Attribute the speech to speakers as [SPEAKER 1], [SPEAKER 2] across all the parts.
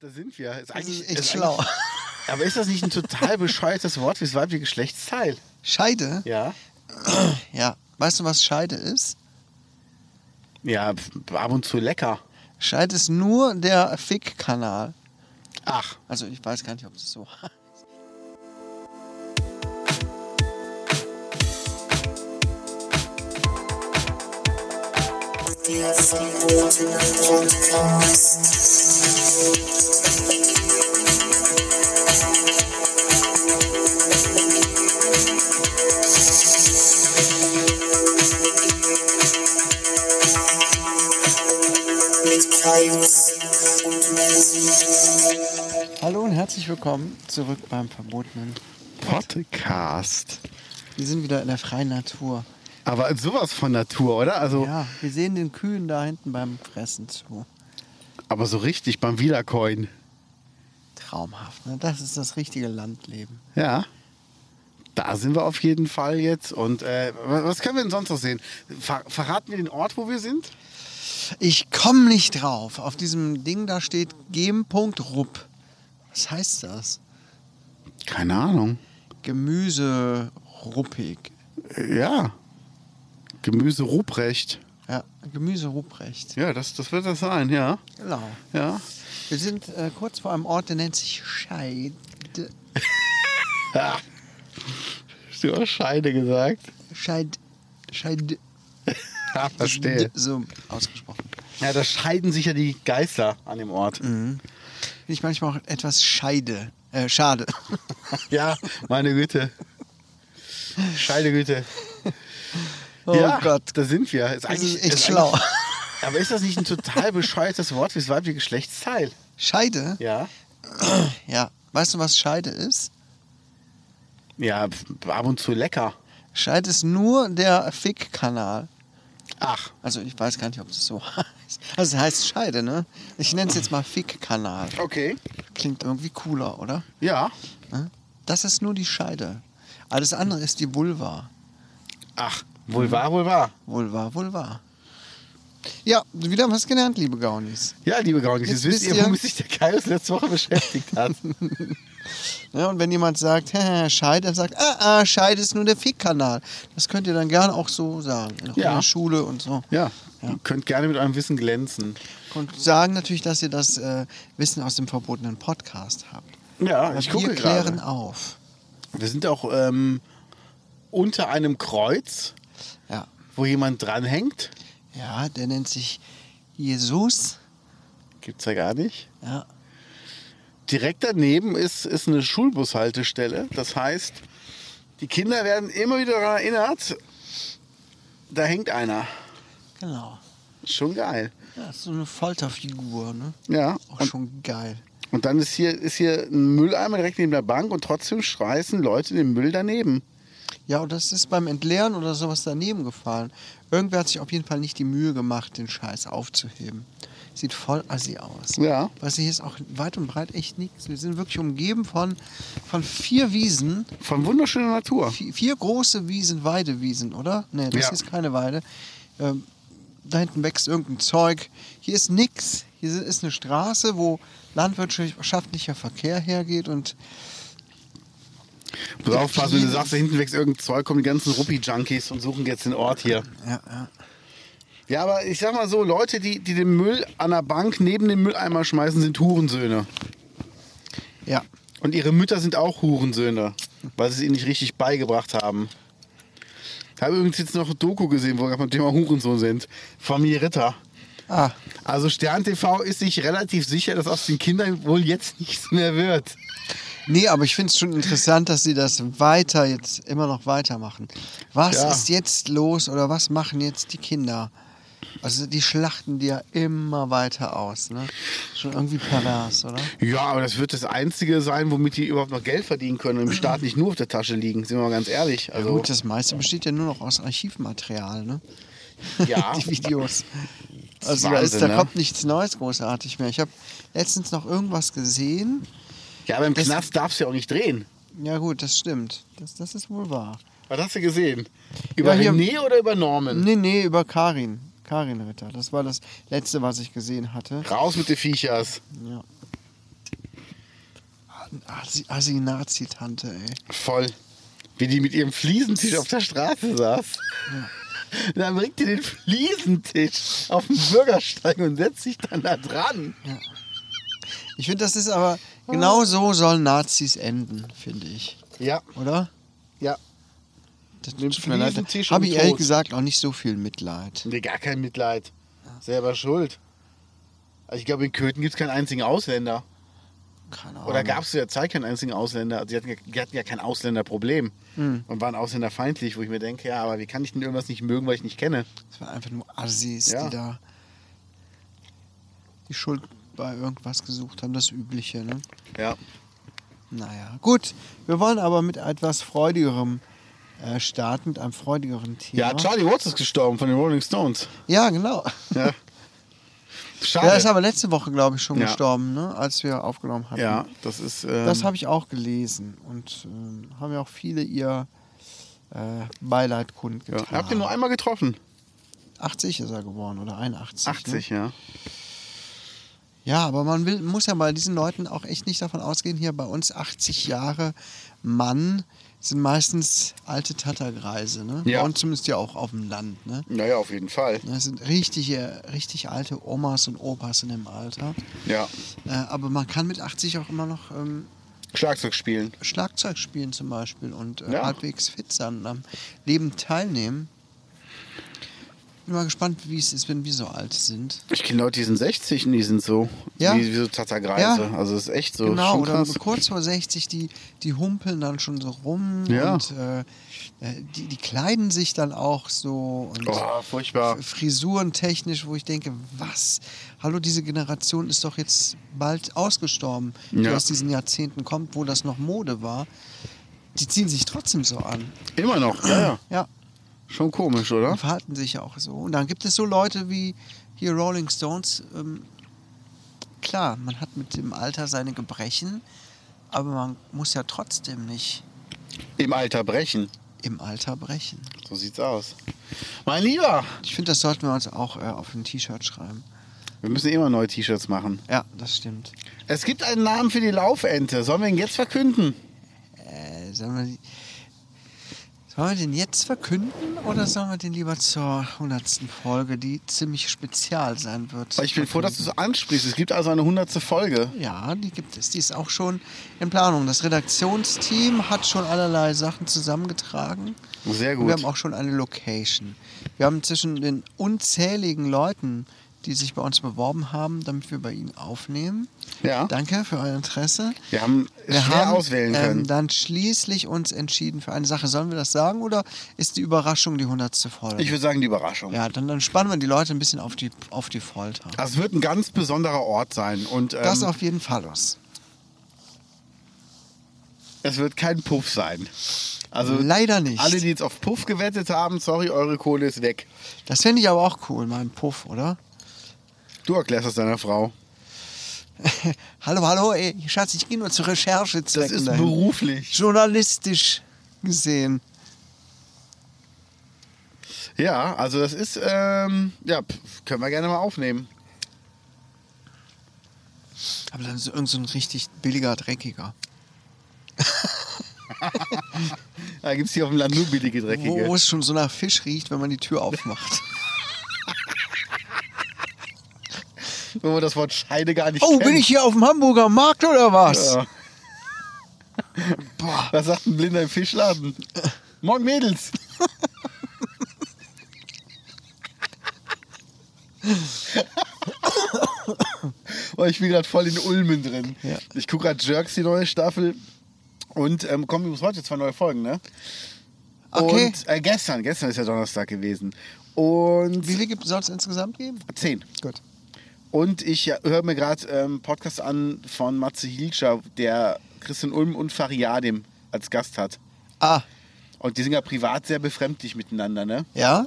[SPEAKER 1] da sind wir. Ist
[SPEAKER 2] Das
[SPEAKER 1] eigentlich
[SPEAKER 2] ist echt
[SPEAKER 1] ist
[SPEAKER 2] schlau.
[SPEAKER 1] Eigentlich, aber ist das nicht ein total bescheuertes Wort fürs weibliche Geschlechtsteil?
[SPEAKER 2] Scheide?
[SPEAKER 1] Ja.
[SPEAKER 2] Ja. Weißt du, was Scheide ist?
[SPEAKER 1] Ja, pf, ab und zu lecker.
[SPEAKER 2] Scheide ist nur der Fick-Kanal.
[SPEAKER 1] Ach,
[SPEAKER 2] Also ich weiß gar nicht, ob es so heißt. Hallo und herzlich willkommen zurück beim Verbotenen.
[SPEAKER 1] Podcast.
[SPEAKER 2] Wir sind wieder in der freien Natur.
[SPEAKER 1] Aber sowas von Natur, oder? Also,
[SPEAKER 2] Ja, wir sehen den Kühen da hinten beim Fressen zu.
[SPEAKER 1] aber so richtig beim Wiedercoin.
[SPEAKER 2] Traumhaft, ne? Das ist das richtige Landleben.
[SPEAKER 1] Ja. Da sind wir auf jeden Fall jetzt. Und äh, wa- was können wir denn sonst noch sehen? Ver verraten wir den Ort, wo wir sind?
[SPEAKER 2] Ich komme nicht drauf. Auf diesem Ding da steht gem.rup. Was heißt das?
[SPEAKER 1] Keine Ahnung.
[SPEAKER 2] Gemüse ruppig.
[SPEAKER 1] Äh, Ja. Gemüse Ruprecht.
[SPEAKER 2] Ja, Gemüse ruprecht.
[SPEAKER 1] Ja, das, das wird das sein, ja.
[SPEAKER 2] Genau.
[SPEAKER 1] Ja.
[SPEAKER 2] Wir sind äh, kurz vor einem Ort, der nennt sich Scheide.
[SPEAKER 1] Hast du auch Scheide gesagt?
[SPEAKER 2] Scheid. Scheid.
[SPEAKER 1] Ja, verstehe.
[SPEAKER 2] So ausgesprochen.
[SPEAKER 1] Ja, da scheiden sich ja die Geister an dem Ort.
[SPEAKER 2] Finde ich manchmal auch etwas scheide. Äh, schade.
[SPEAKER 1] Ja, meine Güte. Scheidegüte.
[SPEAKER 2] Oh
[SPEAKER 1] ja,
[SPEAKER 2] Gott.
[SPEAKER 1] da sind wir. Ist
[SPEAKER 2] Das
[SPEAKER 1] eigentlich
[SPEAKER 2] ist echt
[SPEAKER 1] ist
[SPEAKER 2] schlau.
[SPEAKER 1] Eigentlich, aber ist das nicht ein total bescheuertes Wort fürs weibliche Geschlechtsteil?
[SPEAKER 2] Scheide?
[SPEAKER 1] Ja.
[SPEAKER 2] Ja. Weißt du, was Scheide ist?
[SPEAKER 1] Ja, pf, ab und zu lecker.
[SPEAKER 2] Scheide ist nur der Fick-Kanal.
[SPEAKER 1] Ach,
[SPEAKER 2] Also ich weiß gar nicht, ob es so heißt. Also es heißt Scheide, ne? Ich nenne es jetzt mal Fick-Kanal.
[SPEAKER 1] okay.
[SPEAKER 2] Klingt irgendwie cooler, oder?
[SPEAKER 1] Ja.
[SPEAKER 2] Ne? Das ist nur die Scheide. Alles andere ist die Vulva.
[SPEAKER 1] Ach, wohl wahr, wohl wahr.
[SPEAKER 2] Vulva, Vulva. Ja, wieder was gelernt, liebe Gaunis.
[SPEAKER 1] Ja, liebe Gaunis, jetzt,
[SPEAKER 2] Jetzt
[SPEAKER 1] wisst
[SPEAKER 2] wisst
[SPEAKER 1] ihr,
[SPEAKER 2] ihr-
[SPEAKER 1] womit sich der Kaius letzte Woche beschäftigt hat.
[SPEAKER 2] Ja, und wenn jemand sagt, "Hä, Scheide, dann sagt, ah, ah, Scheide ist nur der Fickkanal. Das könnt ihr dann gerne auch so sagen. Auch
[SPEAKER 1] Ja.
[SPEAKER 2] in der Schule und so.
[SPEAKER 1] ja, ihr könnt gerne mit eurem Wissen glänzen.
[SPEAKER 2] Und sagen natürlich, dass ihr das äh, Wissen aus dem verbotenen Podcast habt.
[SPEAKER 1] Ja,
[SPEAKER 2] Aber
[SPEAKER 1] Ah, ich gucke
[SPEAKER 2] Wir klären
[SPEAKER 1] gerade.
[SPEAKER 2] auf.
[SPEAKER 1] Wir sind auch ähm, unter einem Kreuz,
[SPEAKER 2] Ja.
[SPEAKER 1] wo jemand dranhängt.
[SPEAKER 2] ja, der nennt sich Jesus.
[SPEAKER 1] Gibt's ja gar nicht.
[SPEAKER 2] Ja.
[SPEAKER 1] Direkt daneben ist, ist eine Schulbushaltestelle. Das heißt, die Kinder werden immer wieder daran erinnert, da hängt einer.
[SPEAKER 2] Genau.
[SPEAKER 1] Schon geil.
[SPEAKER 2] Ja, ist so eine Folterfigur, ne?
[SPEAKER 1] Ja.
[SPEAKER 2] Auch
[SPEAKER 1] Und,
[SPEAKER 2] schon geil.
[SPEAKER 1] und dann ist hier, ist hier ein Mülleimer direkt neben der Bank und trotzdem schreißen Leute den Müll daneben.
[SPEAKER 2] Ja, und das ist beim Entleeren oder sowas daneben gefallen. Irgendwer hat sich auf jeden Fall nicht die Mühe gemacht, den Scheiß aufzuheben. Sieht voll assi aus.
[SPEAKER 1] Ja.
[SPEAKER 2] Weißt du, hier ist auch weit und breit echt nichts. Wir sind wirklich umgeben von, von vier Wiesen.
[SPEAKER 1] Von wunderschöner Natur.
[SPEAKER 2] Vier, vier große Wiesen, Weidewiesen, oder? Nee, das
[SPEAKER 1] Ja.
[SPEAKER 2] ist keine Weide. Ähm, da hinten wächst irgendein Zeug. Hier ist nix. Hier si- ist eine Straße, wo landwirtschaftlicher Verkehr hergeht und
[SPEAKER 1] Muss aufpassen, wenn du sagst, da hinten wächst irgendein Zeug, kommen die ganzen Ruppi-Junkies und suchen jetzt den Ort hier.
[SPEAKER 2] ja, ja.
[SPEAKER 1] Ja, aber ich sag mal so, Leute, die, die den Müll an der Bank neben den Mülleimer schmeißen, sind Hurensöhne.
[SPEAKER 2] ja.
[SPEAKER 1] Und ihre Mütter sind auch Hurensöhne, weil sie es ihnen nicht richtig beigebracht haben. Ich habe übrigens jetzt noch eine Doku gesehen, wo wir beim Thema Hurensohn sind. Familie Ritter.
[SPEAKER 2] Ah,
[SPEAKER 1] Also Stern TV ist sich relativ sicher, dass aus den Kindern wohl jetzt nichts mehr wird.
[SPEAKER 2] Nee, aber ich finde es schon interessant, dass sie das weiter jetzt immer noch weitermachen. Was
[SPEAKER 1] Ja.
[SPEAKER 2] ist jetzt los oder was machen jetzt die Kinder? Also die schlachten die ja immer weiter aus, ne? Schon irgendwie pervers, oder?
[SPEAKER 1] Ja, aber das wird das Einzige sein, womit die überhaupt noch Geld verdienen können und im Staat nicht nur auf der Tasche liegen, sind wir mal ganz ehrlich. Also,
[SPEAKER 2] Gut, das meiste besteht ja nur noch aus Archivmaterial, ne?
[SPEAKER 1] ja,
[SPEAKER 2] Die Videos.
[SPEAKER 1] ist
[SPEAKER 2] Also da, ist,
[SPEAKER 1] Wahnsinn,
[SPEAKER 2] da
[SPEAKER 1] ne?
[SPEAKER 2] kommt nichts Neues großartig mehr. Ich habe letztens noch irgendwas gesehen.
[SPEAKER 1] ja, aber im
[SPEAKER 2] Das-
[SPEAKER 1] Knast darfst du ja auch nicht drehen.
[SPEAKER 2] Ja gut, das stimmt. Das, das ist wohl wahr.
[SPEAKER 1] Was hast du gesehen? Über
[SPEAKER 2] Ja, hier-
[SPEAKER 1] René oder über Norman?
[SPEAKER 2] Nee, nee, über Karin. Karin Ritter. Das war das letzte, was ich gesehen hatte.
[SPEAKER 1] Raus mit den Viechers.
[SPEAKER 2] Ja. Asi- Asi-Nazi-Tante, ey.
[SPEAKER 1] Voll. Wie die mit ihrem Fliesentisch auf der Straße saß. Dann bringt die den Fliesentisch auf den Bürgersteig und setzt sich dann da dran.
[SPEAKER 2] Ich finde, das ist aber genau so sollen Nazis enden, finde ich.
[SPEAKER 1] Ja,
[SPEAKER 2] Oder?
[SPEAKER 1] ja.
[SPEAKER 2] Das
[SPEAKER 1] Mit
[SPEAKER 2] tut mir leid.
[SPEAKER 1] Fliesentisch
[SPEAKER 2] Habe
[SPEAKER 1] und
[SPEAKER 2] ich ehrlich
[SPEAKER 1] tot.
[SPEAKER 2] gesagt auch nicht so viel Mitleid.
[SPEAKER 1] Nee, gar kein Mitleid. Selber schuld. Also ich glaube, in Köthen gibt es keinen einzigen Ausländer.
[SPEAKER 2] Keine Ahnung.
[SPEAKER 1] Oder gab es zu der Zeit keinen einzigen Ausländer? Also Die hatten, ja- die hatten ja kein Ausländerproblem
[SPEAKER 2] Hm.
[SPEAKER 1] und waren ausländerfeindlich, wo ich mir denke, ja, aber wie kann ich denn irgendwas nicht mögen, weil ich nicht kenne?
[SPEAKER 2] Es waren einfach nur Assis,
[SPEAKER 1] Ja.
[SPEAKER 2] die da die Schuld bei irgendwas gesucht haben. Das Übliche, ne?
[SPEAKER 1] Ja.
[SPEAKER 2] Naja, gut. Wir wollen aber mit etwas freudigerem äh, starten, mit einem freudigeren Thema.
[SPEAKER 1] Ja, Charlie Watts ist gestorben von den Rolling Stones.
[SPEAKER 2] Ja, genau.
[SPEAKER 1] Ja. Schade.
[SPEAKER 2] Er ist aber letzte Woche, glaube ich, schon
[SPEAKER 1] Ja.
[SPEAKER 2] gestorben, ne? als wir aufgenommen hatten.
[SPEAKER 1] ja, das ist. Ähm,
[SPEAKER 2] Das habe ich auch gelesen und ähm, haben ja auch viele ihr äh, Beileid kundgetan.
[SPEAKER 1] ja. Habt ihr nur einmal getroffen?
[SPEAKER 2] 80 ist er geworden oder 81.
[SPEAKER 1] 80,
[SPEAKER 2] Ne?
[SPEAKER 1] ja.
[SPEAKER 2] Ja, aber man will, muss ja bei diesen Leuten auch echt nicht davon ausgehen, hier bei uns 80 Jahre Mann sind meistens alte Tattergreise. Ne?
[SPEAKER 1] Ja.
[SPEAKER 2] Bei uns zumindest ja auch auf dem Land. Ne?
[SPEAKER 1] Naja, auf jeden Fall.
[SPEAKER 2] Das sind richtige, richtig alte Omas und Opas in dem Alter.
[SPEAKER 1] Ja.
[SPEAKER 2] Äh, aber man kann mit 80 auch immer noch ähm,
[SPEAKER 1] Schlagzeug spielen.
[SPEAKER 2] Schlagzeug spielen zum Beispiel und äh,
[SPEAKER 1] Ja.
[SPEAKER 2] halbwegs fit sein und am Leben teilnehmen. Bin mal gespannt, wie es ist, wenn wir so alt sind.
[SPEAKER 1] Ich kenne Leute, die sind 60 und die sind so.
[SPEAKER 2] Ja.
[SPEAKER 1] Wie, wie so Tattergreise.
[SPEAKER 2] Ja.
[SPEAKER 1] Also, das ist echt so.
[SPEAKER 2] genau,
[SPEAKER 1] schon
[SPEAKER 2] oder
[SPEAKER 1] krass.
[SPEAKER 2] kurz vor 60, die, die humpeln dann schon so rum
[SPEAKER 1] Ja.
[SPEAKER 2] und äh, äh, die, die kleiden sich dann auch so und
[SPEAKER 1] Oh, furchtbar.
[SPEAKER 2] F- Frisuren technisch, wo ich denke, was? Hallo, diese Generation ist doch jetzt bald ausgestorben, die
[SPEAKER 1] Ja.
[SPEAKER 2] aus diesen Jahrzehnten kommt, wo das noch Mode war. Die ziehen sich trotzdem so an.
[SPEAKER 1] Immer noch, ja, ja.
[SPEAKER 2] Ja,
[SPEAKER 1] Schon komisch, oder?
[SPEAKER 2] und verhalten sich ja auch so. Und dann gibt es so Leute wie hier Rolling Stones. Ähm, klar, man hat mit dem Alter seine Gebrechen, aber man muss ja trotzdem nicht
[SPEAKER 1] Im Alter brechen.
[SPEAKER 2] im Alter brechen.
[SPEAKER 1] So sieht's aus. Mein Lieber,
[SPEAKER 2] Ich finde, das sollten wir uns auch äh, auf ein T-Shirt schreiben.
[SPEAKER 1] wir müssen immer neue T-Shirts machen.
[SPEAKER 2] Ja, das stimmt.
[SPEAKER 1] Es gibt einen Namen für die Laufente. Sollen wir ihn jetzt verkünden?
[SPEAKER 2] Äh, sollen, wir, die- sollen wir den jetzt verkünden oder sollen wir den lieber zur 100. Folge, die ziemlich spezial sein wird?
[SPEAKER 1] Ich bin froh, dass du es ansprichst. Es gibt also eine hundertste Folge.
[SPEAKER 2] Ja, die gibt es. Die ist auch schon in Planung. Das Redaktionsteam hat schon allerlei Sachen zusammengetragen.
[SPEAKER 1] Sehr
[SPEAKER 2] Und
[SPEAKER 1] gut.
[SPEAKER 2] wir haben auch schon eine Location. Wir haben zwischen den unzähligen Leuten, die sich bei uns beworben haben, damit wir bei ihnen aufnehmen.
[SPEAKER 1] ja.
[SPEAKER 2] Danke für euer Interesse.
[SPEAKER 1] Wir haben
[SPEAKER 2] Wir
[SPEAKER 1] schwer
[SPEAKER 2] haben
[SPEAKER 1] auswählen können.
[SPEAKER 2] Ähm, dann schließlich uns entschieden für eine Sache. Sollen wir das sagen oder ist die Überraschung die 100. Folge?
[SPEAKER 1] ich würde sagen, die Überraschung.
[SPEAKER 2] ja, dann, dann spannen wir die Leute ein bisschen auf die, auf die Folter.
[SPEAKER 1] Also Es wird ein ganz besonderer Ort sein. Und ähm,
[SPEAKER 2] Das auf jeden Fall aus.
[SPEAKER 1] es wird kein Puff sein. Also
[SPEAKER 2] Leider nicht.
[SPEAKER 1] alle, die jetzt auf Puff gewettet haben, sorry, eure Kohle ist weg.
[SPEAKER 2] Das fände ich aber auch cool, mal ein Puff, oder?
[SPEAKER 1] Du erklärst das deiner Frau.
[SPEAKER 2] hallo, hallo, ey, Schatz, ich gehe nur zur Recherche
[SPEAKER 1] Das ist
[SPEAKER 2] dahin.
[SPEAKER 1] beruflich.
[SPEAKER 2] Journalistisch gesehen.
[SPEAKER 1] Ja, also das ist, ähm, ja, pf, können wir gerne mal aufnehmen.
[SPEAKER 2] Aber dann so irgend so ein richtig billiger, dreckiger.
[SPEAKER 1] Da gibt es hier auf dem Land nur billige
[SPEAKER 2] Wo,
[SPEAKER 1] Dreckige.
[SPEAKER 2] wo es schon so nach Fisch riecht, wenn man die Tür aufmacht.
[SPEAKER 1] Wo wir das Wort Scheide gar nicht
[SPEAKER 2] oh,
[SPEAKER 1] kennen.
[SPEAKER 2] bin ich hier auf dem Hamburger Markt oder was?
[SPEAKER 1] Ja.
[SPEAKER 2] Boah.
[SPEAKER 1] Was sagt ein Blinder im Fischladen? Morgen Mädels. oh, ich bin gerade voll in Ulmen drin.
[SPEAKER 2] Ja.
[SPEAKER 1] Ich gucke gerade Jerks, die neue Staffel. Und ähm, kommen übrigens heute zwei neue Folgen, ne?
[SPEAKER 2] Okay.
[SPEAKER 1] Und äh, gestern, gestern ist ja Donnerstag gewesen. Und
[SPEAKER 2] Wie viel gibt- soll es insgesamt geben?
[SPEAKER 1] zehn.
[SPEAKER 2] Gut.
[SPEAKER 1] Und ich höre mir gerade ähm, Podcast an von Matze Hilscher, der Christian Ulm und Fariadim als Gast hat.
[SPEAKER 2] Ah,
[SPEAKER 1] Und die sind ja privat sehr befremdlich miteinander, ne?
[SPEAKER 2] ja?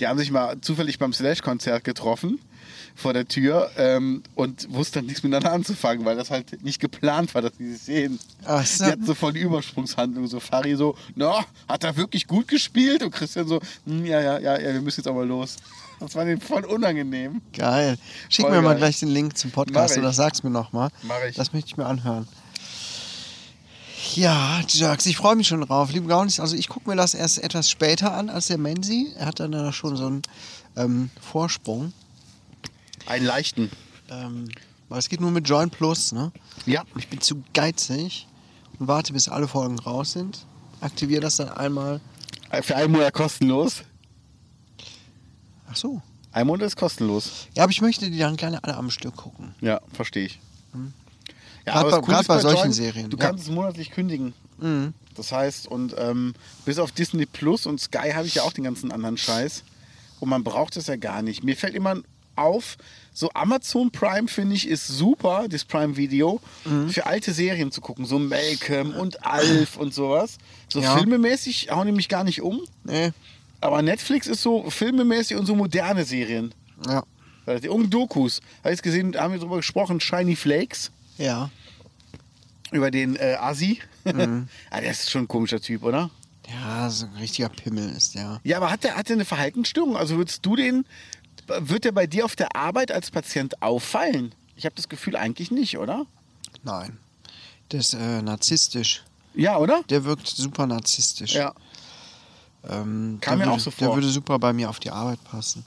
[SPEAKER 1] Die haben sich mal zufällig beim Slash-Konzert getroffen vor der Tür ähm, und wussten dann nichts miteinander anzufangen, weil das halt nicht geplant war, dass die sich sehen.
[SPEAKER 2] Ach so.
[SPEAKER 1] Die hatten so voll die Übersprungshandlung. So Fari so, na, hat er wirklich gut gespielt? Und Christian so, "Hm, ja, ja, ja, ja, wir müssen jetzt aber los. Das war denen voll unangenehm.
[SPEAKER 2] Geil. Schick
[SPEAKER 1] Voll
[SPEAKER 2] mir mal
[SPEAKER 1] geil.
[SPEAKER 2] gleich den Link zum
[SPEAKER 1] Mach
[SPEAKER 2] Podcast
[SPEAKER 1] ich.
[SPEAKER 2] oder sag's mir nochmal.
[SPEAKER 1] Mach ich.
[SPEAKER 2] Das möchte ich mir anhören. Ja, Jax, ich freue mich schon drauf. Liebe Gaunis, also ich gucke mir das erst etwas später an als der Menzi. Er hat dann da schon so einen ähm, Vorsprung.
[SPEAKER 1] Einen leichten.
[SPEAKER 2] Ähm, weil es geht nur mit Join Plus, ne?
[SPEAKER 1] Ja.
[SPEAKER 2] Ich bin zu geizig und warte, bis alle Folgen raus sind. Aktiviere das dann einmal.
[SPEAKER 1] Für einen Monat kostenlos.
[SPEAKER 2] Ach so.
[SPEAKER 1] Ein Monat ist kostenlos.
[SPEAKER 2] Ja, aber ich möchte die dann gerne alle am Stück gucken.
[SPEAKER 1] Ja, verstehe ich. Ja,
[SPEAKER 2] Gerade
[SPEAKER 1] aber das
[SPEAKER 2] bei-
[SPEAKER 1] Coole
[SPEAKER 2] gerade
[SPEAKER 1] ist
[SPEAKER 2] bei solchen
[SPEAKER 1] Joyn,
[SPEAKER 2] Serien,
[SPEAKER 1] Du
[SPEAKER 2] ja. Mhm.
[SPEAKER 1] kannst es monatlich kündigen. Das heißt, und ähm, bis auf Disney Plus und Sky habe ich ja auch den ganzen anderen Scheiß. Und man braucht es ja gar nicht. Mir fällt immer auf, so Amazon Prime finde ich ist super, das Prime Video,
[SPEAKER 2] Mhm.
[SPEAKER 1] für alte Serien zu gucken. So Malcolm und Alf und sowas. So
[SPEAKER 2] Ja.
[SPEAKER 1] filmemäßig hauen die mich gar nicht um.
[SPEAKER 2] Nee.
[SPEAKER 1] Aber Netflix ist so filmemäßig und so moderne Serien.
[SPEAKER 2] Ja.
[SPEAKER 1] Und Dokus. Habe ich gesehen, haben wir drüber gesprochen, Shiny Flakes
[SPEAKER 2] Ja.
[SPEAKER 1] über den äh, Asi.
[SPEAKER 2] Mhm.
[SPEAKER 1] ah, der ist schon ein komischer Typ, oder?
[SPEAKER 2] Ja, so ein richtiger Pimmel ist der.
[SPEAKER 1] Ja, aber hat der, hat der eine Verhaltensstörung? Also würdest du den, wird der bei dir auf der Arbeit als Patient auffallen? Ich habe das Gefühl eigentlich nicht, oder?
[SPEAKER 2] Nein. Der ist äh, narzisstisch.
[SPEAKER 1] Ja, oder?
[SPEAKER 2] Der wirkt super narzisstisch.
[SPEAKER 1] Ja.
[SPEAKER 2] Ähm,
[SPEAKER 1] Kam mir
[SPEAKER 2] der würde,
[SPEAKER 1] auch so vor.
[SPEAKER 2] Der würde super bei mir auf die Arbeit passen.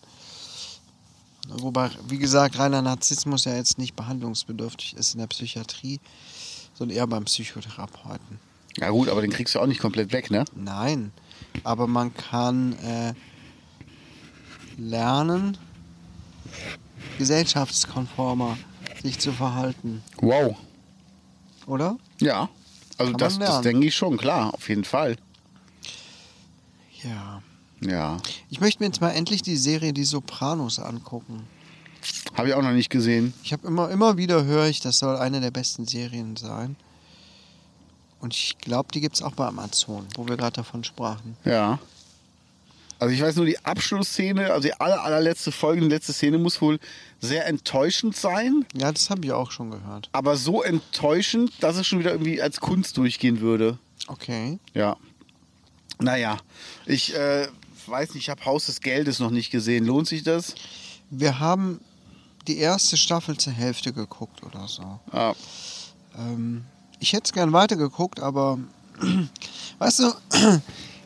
[SPEAKER 2] Wobei, wie gesagt, reiner Narzissmus ja jetzt nicht behandlungsbedürftig ist in der Psychiatrie, sondern eher beim Psychotherapeuten.
[SPEAKER 1] Ja gut, aber den kriegst du auch nicht komplett weg, ne?
[SPEAKER 2] Nein, aber man kann äh, lernen, gesellschaftskonformer sich zu verhalten,
[SPEAKER 1] Wow.
[SPEAKER 2] oder?
[SPEAKER 1] Ja. Also
[SPEAKER 2] Kann
[SPEAKER 1] das,
[SPEAKER 2] man
[SPEAKER 1] das
[SPEAKER 2] lernen.
[SPEAKER 1] denke ich schon, klar, auf jeden Fall.
[SPEAKER 2] Ja.
[SPEAKER 1] Ja.
[SPEAKER 2] Ich möchte mir jetzt mal endlich die Serie Die Sopranos angucken.
[SPEAKER 1] Habe ich auch noch nicht gesehen.
[SPEAKER 2] Ich habe immer, immer wieder höre ich, das soll eine der besten Serien sein. Und ich glaube, die gibt es auch bei Amazon, wo wir gerade davon sprachen.
[SPEAKER 1] Ja. Also ich weiß nur, die Abschlussszene, also die aller, allerletzte Folge, die letzte Szene muss wohl sehr enttäuschend sein,
[SPEAKER 2] Ja, das habe ich auch schon gehört.
[SPEAKER 1] aber so enttäuschend, dass es schon wieder irgendwie als Kunst durchgehen würde.
[SPEAKER 2] Okay.
[SPEAKER 1] Ja. Naja, ich äh, weiß nicht, ich habe Haus des Geldes noch nicht gesehen. Lohnt sich das?
[SPEAKER 2] Wir haben die erste Staffel zur Hälfte geguckt oder so.
[SPEAKER 1] Ah,
[SPEAKER 2] Ähm, ich hätte es gern weitergeguckt, aber weißt du,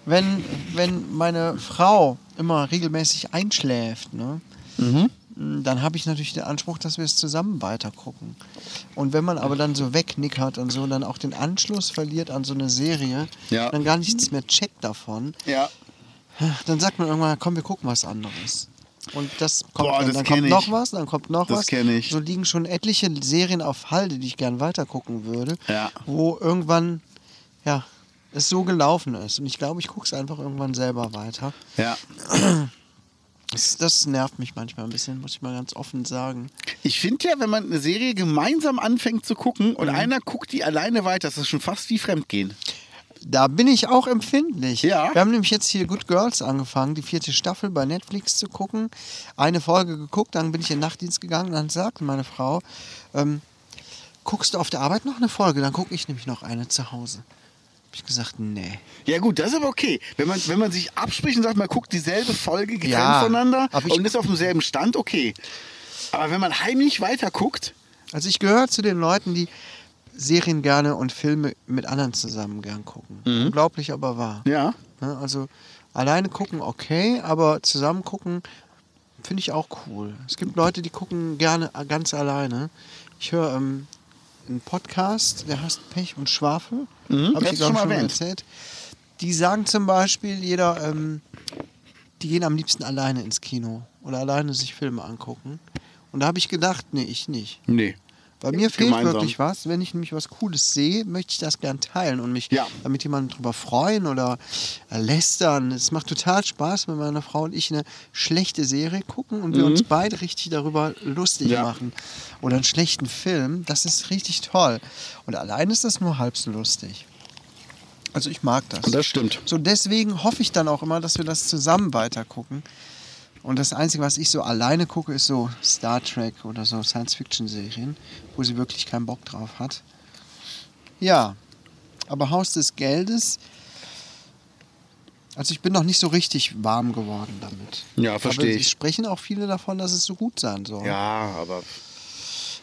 [SPEAKER 2] wenn, wenn meine Frau immer regelmäßig einschläft, ne, dann habe ich natürlich den Anspruch, dass wir es zusammen weitergucken. Und wenn man aber dann so wegnickert und so und dann auch den Anschluss verliert an so eine Serie,
[SPEAKER 1] Ja.
[SPEAKER 2] dann gar nichts mehr checkt davon,
[SPEAKER 1] ja.
[SPEAKER 2] dann sagt man irgendwann, komm, wir gucken was anderes. Und das kommt
[SPEAKER 1] Boah,
[SPEAKER 2] dann,
[SPEAKER 1] das
[SPEAKER 2] dann
[SPEAKER 1] kenn
[SPEAKER 2] kommt
[SPEAKER 1] ich.
[SPEAKER 2] noch was, dann kommt noch
[SPEAKER 1] Das
[SPEAKER 2] was.
[SPEAKER 1] kenn ich.
[SPEAKER 2] So liegen schon etliche Serien auf Halde, die ich gern weitergucken würde,
[SPEAKER 1] Ja.
[SPEAKER 2] wo irgendwann, ja, es so gelaufen ist. Und ich glaube, ich gucke es einfach irgendwann selber weiter.
[SPEAKER 1] Ja.
[SPEAKER 2] Das, das nervt mich manchmal ein bisschen, muss ich mal ganz offen sagen.
[SPEAKER 1] Ich finde ja, wenn man eine Serie gemeinsam anfängt zu gucken und einer guckt die alleine weiter, ist das schon fast wie Fremdgehen.
[SPEAKER 2] Da bin ich auch empfindlich.
[SPEAKER 1] Ja.
[SPEAKER 2] Wir haben nämlich jetzt hier Good Girls angefangen, die vierte Staffel bei Netflix zu gucken. Eine Folge geguckt, dann bin ich in den Nachtdienst gegangen, dann sagte meine Frau, ähm, guckst du auf der Arbeit noch eine Folge? Dann gucke ich nämlich noch eine zu Hause. Hab ich gesagt, nee.
[SPEAKER 1] Ja gut, das ist aber okay. Wenn man, wenn man sich abspricht und sagt, man guckt dieselbe Folge getrennt
[SPEAKER 2] Ja,
[SPEAKER 1] voneinander
[SPEAKER 2] aber ich-
[SPEAKER 1] und ist auf demselben Stand, okay. Aber wenn man heimlich weiter guckt,
[SPEAKER 2] Also ich gehöre zu den Leuten, die Serien gerne und Filme mit anderen zusammen gern gucken. Unglaublich, aber wahr.
[SPEAKER 1] ja,
[SPEAKER 2] Ne, Also alleine gucken, okay, aber zusammen gucken finde ich auch cool. Es gibt Leute, die gucken gerne a- ganz alleine. Ich höre ähm, einen Podcast, der heißt Pech und Schwafel.
[SPEAKER 1] Mhm,
[SPEAKER 2] Hab
[SPEAKER 1] hast du
[SPEAKER 2] ich glaub,
[SPEAKER 1] schon
[SPEAKER 2] schon
[SPEAKER 1] mal
[SPEAKER 2] mal
[SPEAKER 1] erwähnt.
[SPEAKER 2] erzählt. Die sagen zum Beispiel, jeder, ähm, die gehen am liebsten alleine ins Kino oder alleine sich Filme angucken. Und da habe ich gedacht, nee, ich nicht.
[SPEAKER 1] nee.
[SPEAKER 2] Bei mir fehlt
[SPEAKER 1] Gemeinsam.
[SPEAKER 2] wirklich was. Wenn ich nämlich was Cooles sehe, möchte ich das gern teilen und mich
[SPEAKER 1] Ja.
[SPEAKER 2] damit jemand drüber freuen oder äh, lästern. Es macht total Spaß, wenn meine Frau und ich eine schlechte Serie gucken und wir uns beide richtig darüber lustig
[SPEAKER 1] Mhm. Ja.
[SPEAKER 2] machen. Oder einen schlechten Film. Das ist richtig toll. Und allein ist das nur halb so lustig. Also ich mag das.
[SPEAKER 1] Das stimmt.
[SPEAKER 2] So, deswegen hoffe ich dann auch immer, dass wir das zusammen weitergucken. Und das Einzige, was ich so alleine gucke, ist so Star Trek oder so Science-Fiction-Serien, wo sie wirklich keinen Bock drauf hat. Ja, aber Haus des Geldes. Also ich bin noch nicht so richtig warm geworden damit.
[SPEAKER 1] Ja, verstehe
[SPEAKER 2] Aber
[SPEAKER 1] ich.
[SPEAKER 2] es sprechen auch viele davon, dass es so gut sein soll.
[SPEAKER 1] Ja, aber...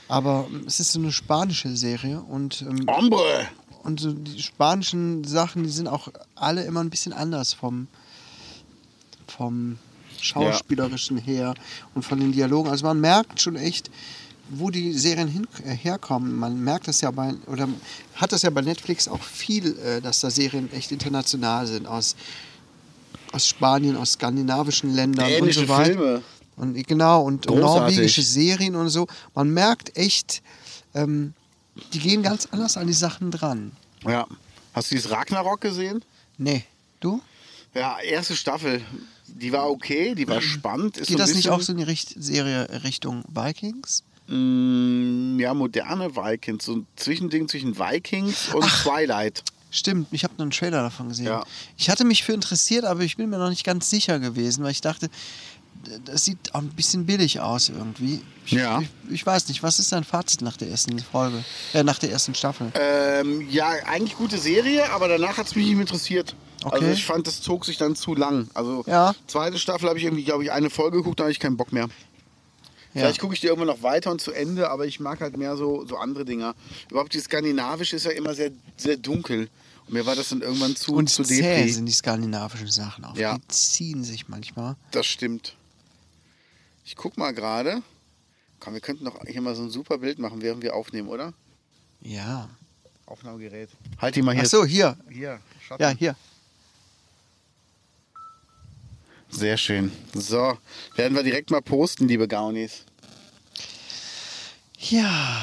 [SPEAKER 2] Aber ähm, es ist so eine spanische Serie und ähm,
[SPEAKER 1] Hombre!
[SPEAKER 2] Und so die spanischen Sachen, die sind auch alle immer ein bisschen anders vom, vom schauspielerischen her und von den Dialogen. Also man merkt schon echt, wo die Serien hin, äh, herkommen. Man merkt das ja bei, oder hat das ja bei Netflix auch viel, äh, dass da Serien echt international sind, aus, aus Spanien, aus skandinavischen Ländern und
[SPEAKER 1] Dänische
[SPEAKER 2] so weiter.
[SPEAKER 1] Filme.
[SPEAKER 2] Und äh, genau, und
[SPEAKER 1] Großartig.
[SPEAKER 2] norwegische Serien und so. Man merkt echt, ähm, die gehen ganz anders an die Sachen dran.
[SPEAKER 1] Ja. Hast du dieses Ragnarok gesehen?
[SPEAKER 2] Nee. Du?
[SPEAKER 1] Ja, erste Staffel. Die war okay, die war spannend. Ist
[SPEAKER 2] Hm. Geht
[SPEAKER 1] so ein
[SPEAKER 2] das nicht
[SPEAKER 1] bisschen-
[SPEAKER 2] auch so in die Richt Serie Richtung Vikings?
[SPEAKER 1] Mm, ja, moderne Vikings. So ein Zwischending zwischen Vikings und Twilight.
[SPEAKER 2] Stimmt, ich habe einen Trailer davon gesehen.
[SPEAKER 1] Ja.
[SPEAKER 2] Ich hatte mich für interessiert, aber ich bin mir noch nicht ganz sicher gewesen, weil ich dachte, d- das sieht auch ein bisschen billig aus irgendwie. Ich,
[SPEAKER 1] Ja.
[SPEAKER 2] Ich, ich weiß nicht, was ist dein Fazit nach der ersten Folge? Äh, nach der ersten Staffel?
[SPEAKER 1] Ähm, ja, eigentlich gute Serie, aber danach hat es mich nicht mehr interessiert.
[SPEAKER 2] Okay.
[SPEAKER 1] Also ich fand, das zog sich dann zu lang. Also
[SPEAKER 2] Ja.
[SPEAKER 1] zweite Staffel habe ich irgendwie, glaube ich, eine Folge geguckt, da habe ich keinen Bock mehr. Vielleicht gucke ich die irgendwann noch weiter und zu Ende, aber ich mag halt mehr so, so andere Dinger. Überhaupt die skandinavische ist ja immer sehr, sehr dunkel. Und mir war das dann irgendwann zu,
[SPEAKER 2] Und
[SPEAKER 1] zu
[SPEAKER 2] zäh
[SPEAKER 1] depri.
[SPEAKER 2] sind die skandinavischen Sachen auf.
[SPEAKER 1] Ja.
[SPEAKER 2] Die ziehen sich manchmal.
[SPEAKER 1] Das stimmt. Ich guck mal gerade. Komm, wir könnten doch hier mal so ein super Bild machen, während wir aufnehmen, oder?
[SPEAKER 2] Ja.
[SPEAKER 1] Aufnahmegerät. Halt die mal hier.
[SPEAKER 2] Achso, hier.
[SPEAKER 1] Hier, Schatten.
[SPEAKER 2] Ja, hier.
[SPEAKER 1] Sehr schön. So, werden wir direkt mal posten, liebe Gaunis.
[SPEAKER 2] Ja.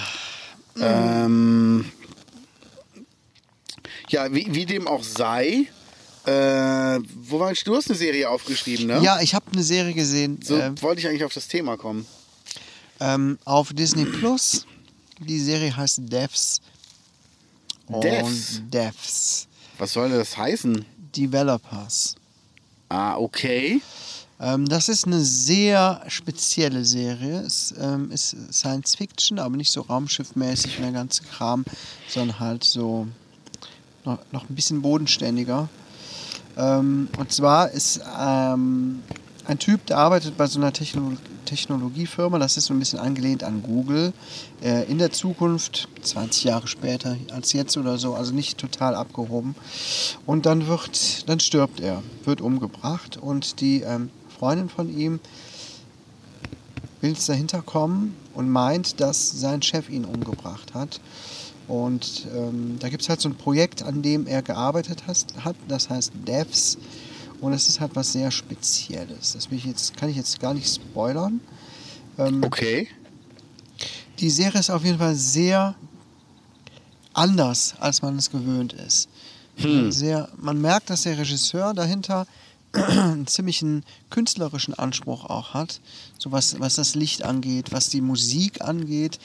[SPEAKER 1] Ähm, ja, wie, wie dem auch sei, äh, wo war, du hast eine Serie aufgeschrieben, ne?
[SPEAKER 2] Ja, ich habe eine Serie gesehen.
[SPEAKER 1] So
[SPEAKER 2] ähm,
[SPEAKER 1] wollte ich eigentlich auf das Thema kommen.
[SPEAKER 2] ähm, auf Disney Plus. Die Serie heißt Devs.
[SPEAKER 1] Devs?
[SPEAKER 2] Und Devs.
[SPEAKER 1] Was soll das heißen?
[SPEAKER 2] Developers.
[SPEAKER 1] Ah, okay.
[SPEAKER 2] Ähm, das ist eine sehr spezielle Serie. Es ähm, ist Science Fiction, aber nicht so raumschiffmäßig und der ganze Kram, sondern halt so noch, noch ein bisschen bodenständiger. Ähm, und zwar ist ähm, ein Typ, der arbeitet bei so einer Techno Technologiefirma, das ist so ein bisschen angelehnt an Google, äh, in der Zukunft, 20 Jahre später als jetzt oder so, also nicht total abgehoben. Und dann wird, dann stirbt er, wird umgebracht und die ähm, Freundin von ihm will es dahinter kommen und meint, dass sein Chef ihn umgebracht hat. Und ähm, da gibt es halt so ein Projekt, an dem er gearbeitet has- hat, das heißt Devs. Und das ist halt was sehr Spezielles. Das will ich jetzt, kann ich jetzt gar nicht spoilern. Ähm,
[SPEAKER 1] Okay.
[SPEAKER 2] die Serie ist auf jeden Fall sehr anders, als man es gewöhnt ist. Sehr, man merkt, dass der Regisseur dahinter einen ziemlichen künstlerischen Anspruch auch hat, so was, was das Licht angeht, was die Musik angeht.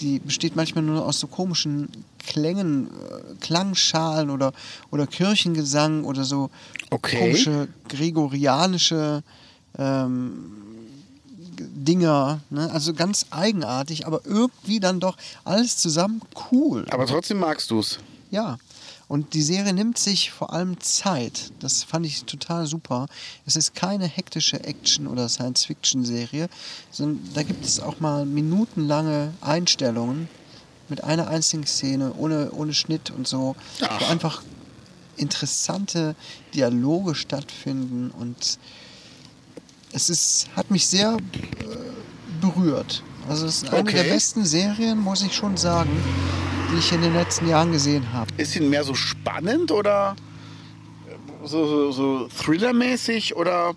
[SPEAKER 2] Die besteht manchmal nur aus so komischen Klängen, äh, Klangschalen oder, oder Kirchengesang oder so
[SPEAKER 1] Okay.
[SPEAKER 2] komische gregorianische ähm, Dinger, ne? also ganz eigenartig, aber irgendwie dann doch alles zusammen cool.
[SPEAKER 1] Aber trotzdem magst du es.
[SPEAKER 2] Ja. Und die Serie nimmt sich vor allem Zeit. Das fand ich total super. Es ist keine hektische Action- oder Science-Fiction-Serie, sondern da gibt es auch mal minutenlange Einstellungen mit einer einzigen Szene, ohne, ohne Schnitt und so, wo einfach interessante Dialoge stattfinden und es ist, hat mich sehr äh, berührt. Also es ist eine
[SPEAKER 1] Okay.
[SPEAKER 2] der besten Serien, muss ich schon sagen, die ich in den letzten Jahren gesehen habe.
[SPEAKER 1] Ist ihn mehr so spannend oder äh, so, so, so Thriller-mäßig oder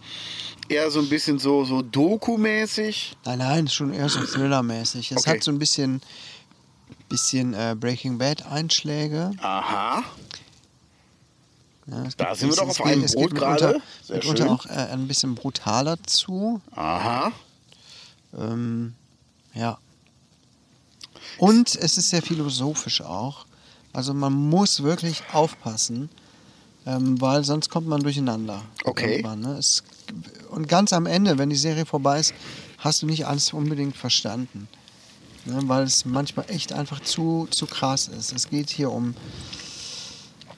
[SPEAKER 1] eher so ein bisschen so, so Doku-mäßig?
[SPEAKER 2] Nein, nein, ist schon eher so Thriller-mäßig. Es
[SPEAKER 1] Okay.
[SPEAKER 2] hat so ein bisschen, bisschen äh, Breaking Bad-Einschläge.
[SPEAKER 1] Aha.
[SPEAKER 2] Ja, ne? es
[SPEAKER 1] Da
[SPEAKER 2] gibt-
[SPEAKER 1] sind wir
[SPEAKER 2] es-
[SPEAKER 1] doch
[SPEAKER 2] es
[SPEAKER 1] auf
[SPEAKER 2] geht-
[SPEAKER 1] einem
[SPEAKER 2] es
[SPEAKER 1] Boot
[SPEAKER 2] geht
[SPEAKER 1] gerade.
[SPEAKER 2] mitunter-
[SPEAKER 1] Sehr
[SPEAKER 2] Mitunter
[SPEAKER 1] schön.
[SPEAKER 2] auch äh, ein bisschen brutaler zu.
[SPEAKER 1] Aha.
[SPEAKER 2] Ähm, ja. Und es ist sehr philosophisch auch. Also man muss wirklich aufpassen, ähm, weil sonst kommt man durcheinander.
[SPEAKER 1] Okay.
[SPEAKER 2] irgendwann, Ne? Es, und ganz am Ende, wenn die Serie vorbei ist, hast du nicht alles unbedingt verstanden. Ne? Weil es manchmal echt einfach zu, zu krass ist. Es geht hier um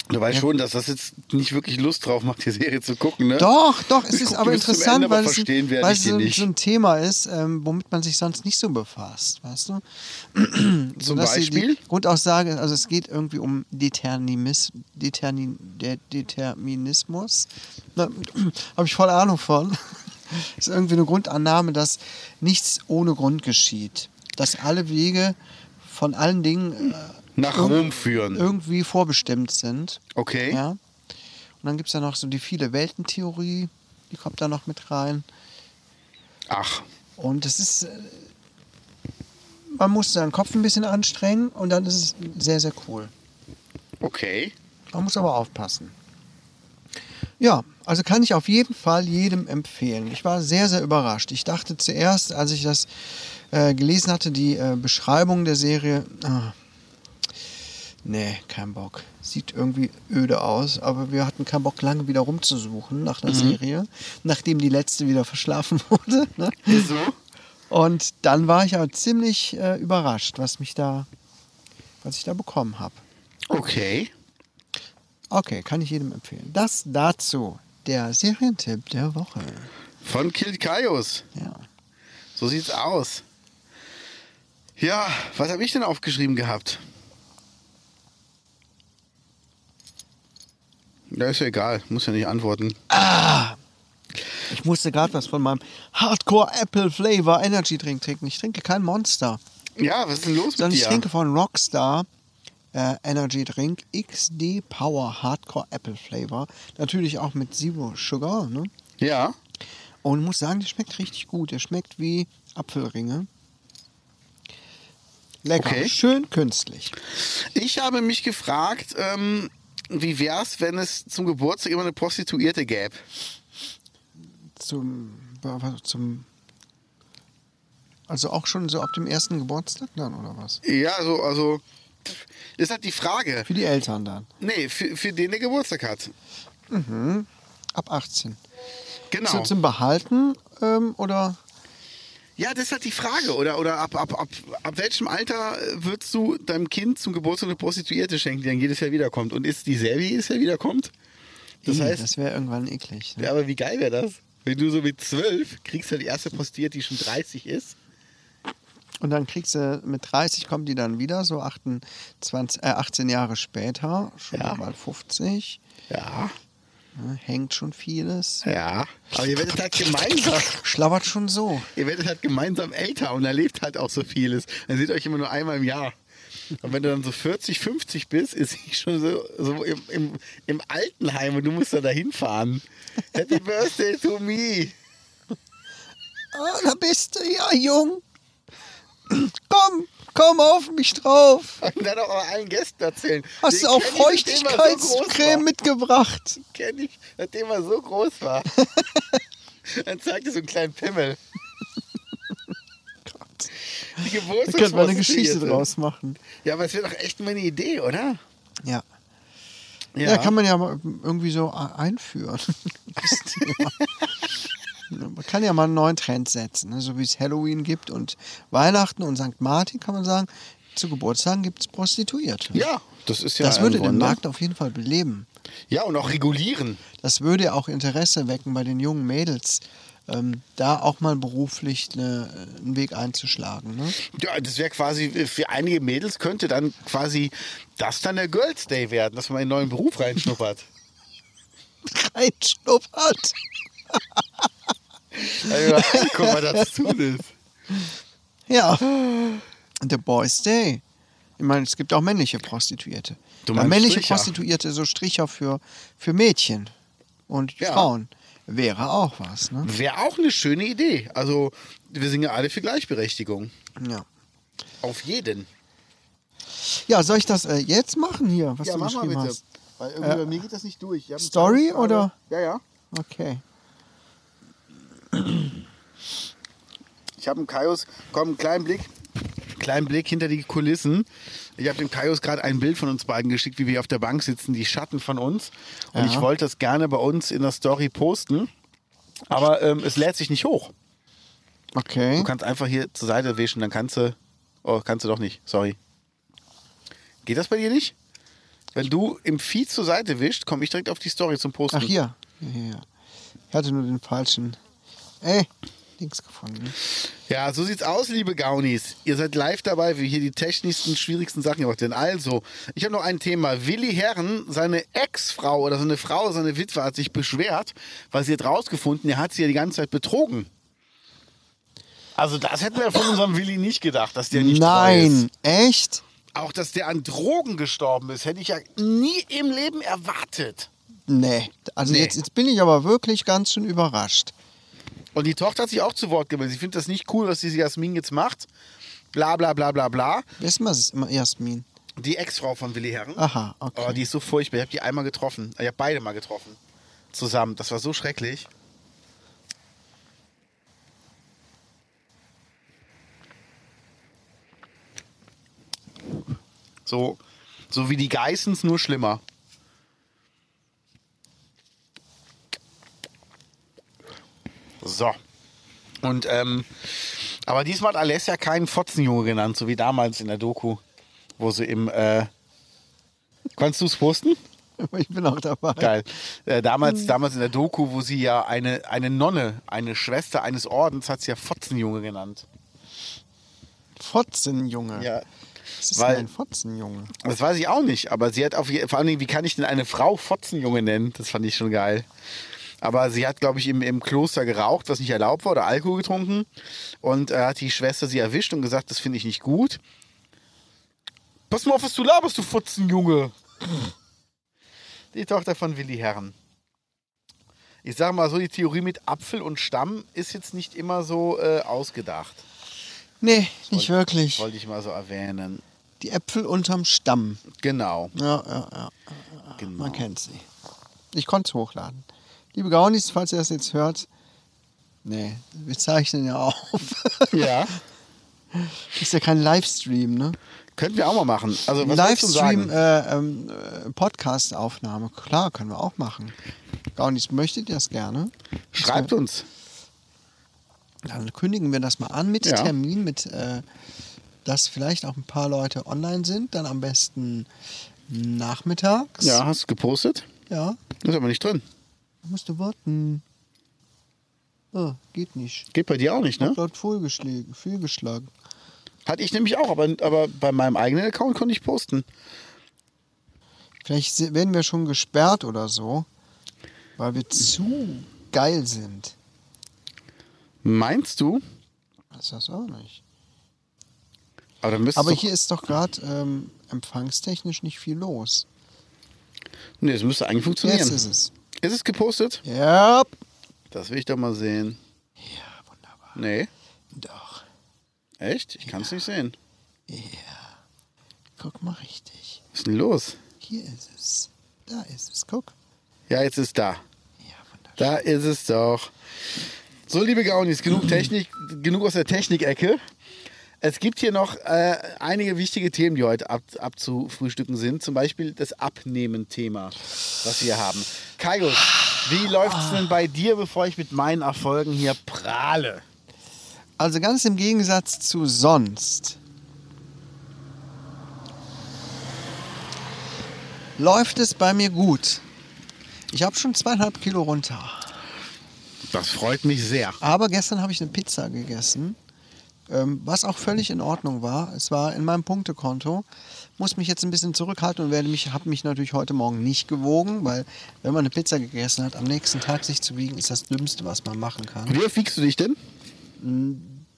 [SPEAKER 1] Du weißt schon, dass das jetzt nicht wirklich Lust drauf macht, die Serie zu gucken, ne?
[SPEAKER 2] Doch, doch, es
[SPEAKER 1] Ich
[SPEAKER 2] ist
[SPEAKER 1] guck
[SPEAKER 2] aber
[SPEAKER 1] die bis zum
[SPEAKER 2] interessant,
[SPEAKER 1] Ende, aber
[SPEAKER 2] weil es,
[SPEAKER 1] verstehen werde
[SPEAKER 2] weil
[SPEAKER 1] ich
[SPEAKER 2] es
[SPEAKER 1] die
[SPEAKER 2] so,
[SPEAKER 1] nicht.
[SPEAKER 2] so ein Thema ist, ähm, womit man sich sonst nicht so befasst, weißt du?
[SPEAKER 1] Zum
[SPEAKER 2] Sodass die-
[SPEAKER 1] Beispiel?
[SPEAKER 2] Die Grundaussage, ist, also es geht irgendwie um Determinis, Determin, der Determinismus. Habe ich voll Ahnung von. ist irgendwie eine Grundannahme, dass nichts ohne Grund geschieht. Dass alle Wege von allen Dingen äh,
[SPEAKER 1] Nach
[SPEAKER 2] irg-
[SPEAKER 1] Rom führen.
[SPEAKER 2] irgendwie vorbestimmt sind.
[SPEAKER 1] Okay.
[SPEAKER 2] Ja. Und dann gibt es ja noch so die viele Welten-Theorie, die kommt da noch mit rein.
[SPEAKER 1] Ach.
[SPEAKER 2] Und es ist. äh, Man muss seinen Kopf ein bisschen anstrengen und dann ist es sehr, sehr cool.
[SPEAKER 1] Okay.
[SPEAKER 2] Man muss aber aufpassen. Ja, also kann ich auf jeden Fall jedem empfehlen. Ich war sehr, sehr überrascht. Ich dachte zuerst, als ich das äh, gelesen hatte, die äh, Beschreibung der Serie, ah, nee, kein Bock. Sieht irgendwie öde aus, aber wir hatten keinen Bock, lange wieder rumzusuchen nach der Serie, nachdem die letzte wieder verschlafen wurde. Ne?
[SPEAKER 1] Wieso?
[SPEAKER 2] Und dann war ich aber ziemlich äh, überrascht, was mich da, was ich da bekommen habe.
[SPEAKER 1] Okay.
[SPEAKER 2] Okay, kann ich jedem empfehlen. Das dazu. Der Serientipp der Woche.
[SPEAKER 1] Von Killed Kaios.
[SPEAKER 2] Ja.
[SPEAKER 1] So sieht's aus. Ja, was habe ich denn aufgeschrieben gehabt? Ja, ist ja egal, muss ja nicht antworten.
[SPEAKER 2] Ich musste gerade was von meinem Hardcore Apple Flavor Energy Drink trinken. Ich trinke kein Monster,
[SPEAKER 1] Ja, was ist denn los mit
[SPEAKER 2] sondern ich
[SPEAKER 1] dir?
[SPEAKER 2] trinke von Rockstar äh, Energy Drink XD Power Hardcore Apple Flavor. Natürlich auch mit Zero Sugar. Ne?
[SPEAKER 1] Ja,
[SPEAKER 2] Und muss sagen, der schmeckt richtig gut. Der schmeckt wie Apfelringe. Lecker.
[SPEAKER 1] Okay.
[SPEAKER 2] Schön künstlich.
[SPEAKER 1] ich habe mich gefragt, ähm, wie wär's, wenn es zum Geburtstag immer eine Prostituierte gäbe?
[SPEAKER 2] zum, was- zum also auch schon so ab dem ersten Geburtstag dann oder was?
[SPEAKER 1] Ja, so, also ist halt die Frage.
[SPEAKER 2] Für die Eltern dann.
[SPEAKER 1] Nee, für, für den, der Geburtstag hat.
[SPEAKER 2] Ab 18.
[SPEAKER 1] Genau.
[SPEAKER 2] So zum Behalten ähm, oder
[SPEAKER 1] Ja, das ist halt die Frage, oder? Oder ab, ab, ab, ab welchem Alter äh, würdest du deinem Kind zum Geburtstag eine Prostituierte schenken, die dann jedes Jahr wiederkommt? Und ist dieselbe die jedes Jahr wiederkommt? Das
[SPEAKER 2] Ih,
[SPEAKER 1] heißt,
[SPEAKER 2] das wäre irgendwann eklig. Ne?
[SPEAKER 1] ja, aber wie geil wäre das? Wenn du so mit zwölf kriegst du halt die erste Prostituierte, die schon 30 ist.
[SPEAKER 2] Und dann kriegst du mit 30 kommen die dann wieder, so 28, äh, 18 Jahre später, schon
[SPEAKER 1] Ja.
[SPEAKER 2] mal 50.
[SPEAKER 1] Ja,
[SPEAKER 2] Ne? Hängt schon vieles.
[SPEAKER 1] ja. Aber ihr werdet halt gemeinsam,
[SPEAKER 2] Schlabbert schon so.
[SPEAKER 1] ihr werdet halt gemeinsam älter und erlebt halt auch so vieles. Dann seht ihr euch immer nur einmal im Jahr. Und wenn du dann so 40, 50 bist, ist sie schon so, so im, im, im Altenheim und du musst dann da hinfahren. Happy Birthday to me!
[SPEAKER 2] Ah, da bist du ja jung. Komm, komm auf mich drauf.
[SPEAKER 1] Und dann auch allen Gästen erzählen.
[SPEAKER 2] Hast
[SPEAKER 1] Den
[SPEAKER 2] du auch
[SPEAKER 1] kenn ich, seitdem er
[SPEAKER 2] Feuchtigkeitscreme mitgebracht?
[SPEAKER 1] So Kenne ich, seitdem er so groß war. dann zeigt er so einen kleinen Pimmel. Die
[SPEAKER 2] Da
[SPEAKER 1] Geburtstags-
[SPEAKER 2] könnte man
[SPEAKER 1] Prostituierte.
[SPEAKER 2] eine Geschichte draus machen.
[SPEAKER 1] Ja, aber es wäre doch echt mal eine Idee, oder?
[SPEAKER 2] Ja. ja. kann man ja mal irgendwie so a- einführen. Das Thema. man kann ja mal einen neuen Trend setzen, ne? so wie es Halloween gibt und Weihnachten und St. Martin kann man sagen, zu Geburtstagen gibt es Prostituierte.
[SPEAKER 1] Ja, das ist ja
[SPEAKER 2] das würde
[SPEAKER 1] irgendwann,
[SPEAKER 2] den
[SPEAKER 1] ne?
[SPEAKER 2] Markt auf jeden Fall beleben.
[SPEAKER 1] Ja, und auch regulieren.
[SPEAKER 2] Das würde auch Interesse wecken bei den jungen Mädels, ähm, da auch mal beruflich ne, einen Weg einzuschlagen. Ne?
[SPEAKER 1] Ja, das wäre quasi für einige Mädels könnte dann quasi das dann der Girls Day werden, dass man in einen neuen Beruf reinschnuppert.
[SPEAKER 2] Reinschnuppert.
[SPEAKER 1] also, guck mal, das tut es.
[SPEAKER 2] Ja. The Boys Day. Ich meine, es gibt auch männliche Prostituierte.
[SPEAKER 1] Du
[SPEAKER 2] Aber
[SPEAKER 1] meinst
[SPEAKER 2] männliche
[SPEAKER 1] Stricher?
[SPEAKER 2] Prostituierte, so Stricher für, für Mädchen und
[SPEAKER 1] Ja.
[SPEAKER 2] Frauen. Wäre auch was, ne?
[SPEAKER 1] Wäre auch eine schöne Idee. Also, wir sind ja alle für Gleichberechtigung.
[SPEAKER 2] Ja.
[SPEAKER 1] Auf jeden.
[SPEAKER 2] Ja, soll ich das äh, jetzt machen hier, was du geschrieben hast?
[SPEAKER 1] Weil irgendwie bei mir geht das nicht durch. Ich hab ein
[SPEAKER 2] Story
[SPEAKER 1] kleines-
[SPEAKER 2] oder?
[SPEAKER 1] Ja, ja.
[SPEAKER 2] Okay.
[SPEAKER 1] Ich habe dem Kaius, komm, einen kleinen Blick. Kleinen Blick hinter die Kulissen. Ich habe dem Kaius gerade ein Bild von uns beiden geschickt, wie wir auf der Bank sitzen, die Schatten von uns. Und
[SPEAKER 2] Ja.
[SPEAKER 1] ich wollte das gerne bei uns in der Story posten. Aber ähm, es lädt sich nicht hoch.
[SPEAKER 2] Okay.
[SPEAKER 1] Du kannst einfach hier zur Seite wischen, dann kannst du. Oh, kannst du doch nicht, sorry. Geht das bei dir nicht? Wenn du im Feed zur Seite wischst, komme ich direkt auf die Story zum Posten.
[SPEAKER 2] Ach, hier. Ja, ja, ja. Ich hatte nur den falschen. Ey, links gefunden.
[SPEAKER 1] Ja, so sieht's aus, liebe Gaunis. Ihr seid live dabei, wie hier die technischsten, schwierigsten Sachen gemacht werden. Also, ich habe noch ein Thema. Willi Herren, seine Ex-Frau oder seine Frau, seine Witwe, hat sich beschwert, weil sie hat rausgefunden, er hat sie ja die ganze Zeit betrogen. Also, das hätten wir von unserem Willi nicht gedacht, dass der nicht treu ist.
[SPEAKER 2] Nein, echt?
[SPEAKER 1] Auch, dass der an Drogen gestorben ist, hätte ich ja nie im Leben erwartet.
[SPEAKER 2] Nee. Also
[SPEAKER 1] Nee.
[SPEAKER 2] Jetzt, jetzt bin ich aber wirklich ganz schön überrascht.
[SPEAKER 1] Und die Tochter hat sich auch zu Wort gemeldet. Sie findet das nicht cool, was diese Jasmin jetzt macht. Bla, bla, bla, bla, bla.
[SPEAKER 2] Wer ist denn das immer Jasmin?
[SPEAKER 1] Die Ex-Frau von Willi Herren.
[SPEAKER 2] Aha, okay.
[SPEAKER 1] Oh, die ist so furchtbar. Ich habe die einmal getroffen. Ich habe beide mal getroffen. Zusammen. Das war so schrecklich. So, so wie die Geissens, nur schlimmer. So. Und, ähm, aber diesmal hat Alessia keinen Fotzenjunge genannt, so wie damals in der Doku, wo sie im, äh, Kannst du es posten?
[SPEAKER 2] Ich bin auch dabei.
[SPEAKER 1] Geil. Äh, damals, damals in der Doku, wo sie ja eine, eine Nonne, eine Schwester eines Ordens, hat sie ja Fotzenjunge genannt.
[SPEAKER 2] Fotzenjunge. Was ist
[SPEAKER 1] weil-
[SPEAKER 2] denn ein Fotzenjunge?
[SPEAKER 1] Das weiß ich auch nicht, aber sie hat auf je- vor allen Dingen, wie kann ich denn eine Frau Fotzenjunge nennen? Das fand ich schon geil. Aber sie hat, glaube ich, im, im Kloster geraucht, was nicht erlaubt war, oder Alkohol getrunken. Und äh, hat die Schwester sie erwischt und gesagt, das finde ich nicht gut. Pass mal auf, was du laberst, du Fotzenjunge. Die Tochter von Willi Herren. Ich sage mal so, die Theorie mit Apfel und Stamm ist jetzt nicht immer so äh, ausgedacht.
[SPEAKER 2] Nee, nicht wirklich.
[SPEAKER 1] Wollte ich mal so erwähnen.
[SPEAKER 2] Die Äpfel unterm Stamm.
[SPEAKER 1] Genau.
[SPEAKER 2] Ja, ja, ja.
[SPEAKER 1] genau.
[SPEAKER 2] Man kennt sie. Ich konnte es hochladen. Liebe Gaunis, falls ihr das jetzt hört, nee, wir zeichnen ja auf.
[SPEAKER 1] Ja.
[SPEAKER 2] ist ja kein Livestream, ne?
[SPEAKER 1] Könnten wir auch mal machen. Also, was willst du
[SPEAKER 2] Livestream,
[SPEAKER 1] sagen?
[SPEAKER 2] äh, ähm, äh, Podcast-Aufnahme, klar, können wir auch machen. Gaunis, möchtet ihr das gerne?
[SPEAKER 1] Schreibt uns.
[SPEAKER 2] Dann kündigen wir das mal an mit
[SPEAKER 1] Ja.
[SPEAKER 2] Termin, mit äh, dass vielleicht auch ein paar Leute online sind, dann am besten nachmittags.
[SPEAKER 1] Ja, hast du gepostet?
[SPEAKER 2] Ja,
[SPEAKER 1] Ist aber nicht drin.
[SPEAKER 2] da musst du warten. Oh, geht nicht.
[SPEAKER 1] Geht bei dir auch nicht, ne?
[SPEAKER 2] Dort fehlgeschlagen. fehlgeschlagen.
[SPEAKER 1] Hatte ich nämlich auch, aber, aber bei meinem eigenen Account konnte ich posten.
[SPEAKER 2] Vielleicht se- werden wir schon gesperrt oder so, weil wir zu geil sind.
[SPEAKER 1] Meinst du?
[SPEAKER 2] Das weiß ich auch nicht.
[SPEAKER 1] Aber dann müsstest
[SPEAKER 2] Aber
[SPEAKER 1] du.
[SPEAKER 2] hier ist doch gerade ähm, empfangstechnisch nicht viel los.
[SPEAKER 1] Nee, es müsste eigentlich funktionieren.
[SPEAKER 2] Jetzt ist es.
[SPEAKER 1] Ist es gepostet?
[SPEAKER 2] Ja.
[SPEAKER 1] Das will ich doch mal sehen.
[SPEAKER 2] Ja, wunderbar.
[SPEAKER 1] Nee.
[SPEAKER 2] Doch.
[SPEAKER 1] Echt? Ich kann es nicht sehen.
[SPEAKER 2] Ja. Guck mal richtig.
[SPEAKER 1] Was ist denn los?
[SPEAKER 2] Hier ist es. Da ist es. Guck.
[SPEAKER 1] Ja, jetzt ist da.
[SPEAKER 2] Ja, wunderbar.
[SPEAKER 1] Da ist es doch. So, liebe Gaunis, genug Technik, genug aus der Technikecke. Es gibt hier noch äh, einige wichtige Themen, die heute ab, abzufrühstücken sind. Zum Beispiel das Abnehmen-Thema, was wir haben. Kaius, wie läuft es denn bei dir, bevor ich mit meinen Erfolgen hier prahle?
[SPEAKER 2] Also ganz im Gegensatz zu sonst läuft es bei mir gut. Ich habe schon zweieinhalb Kilo runter.
[SPEAKER 1] Das freut mich sehr.
[SPEAKER 2] Aber gestern habe ich eine Pizza gegessen, ähm, was auch völlig in Ordnung war. Es war in meinem Punktekonto. Muss mich jetzt ein bisschen zurückhalten und werde mich, habe mich natürlich heute Morgen nicht gewogen, weil wenn man eine Pizza gegessen hat, am nächsten Tag sich zu wiegen, ist das Dümmste, was man machen kann.
[SPEAKER 1] Wie wiegst du dich denn?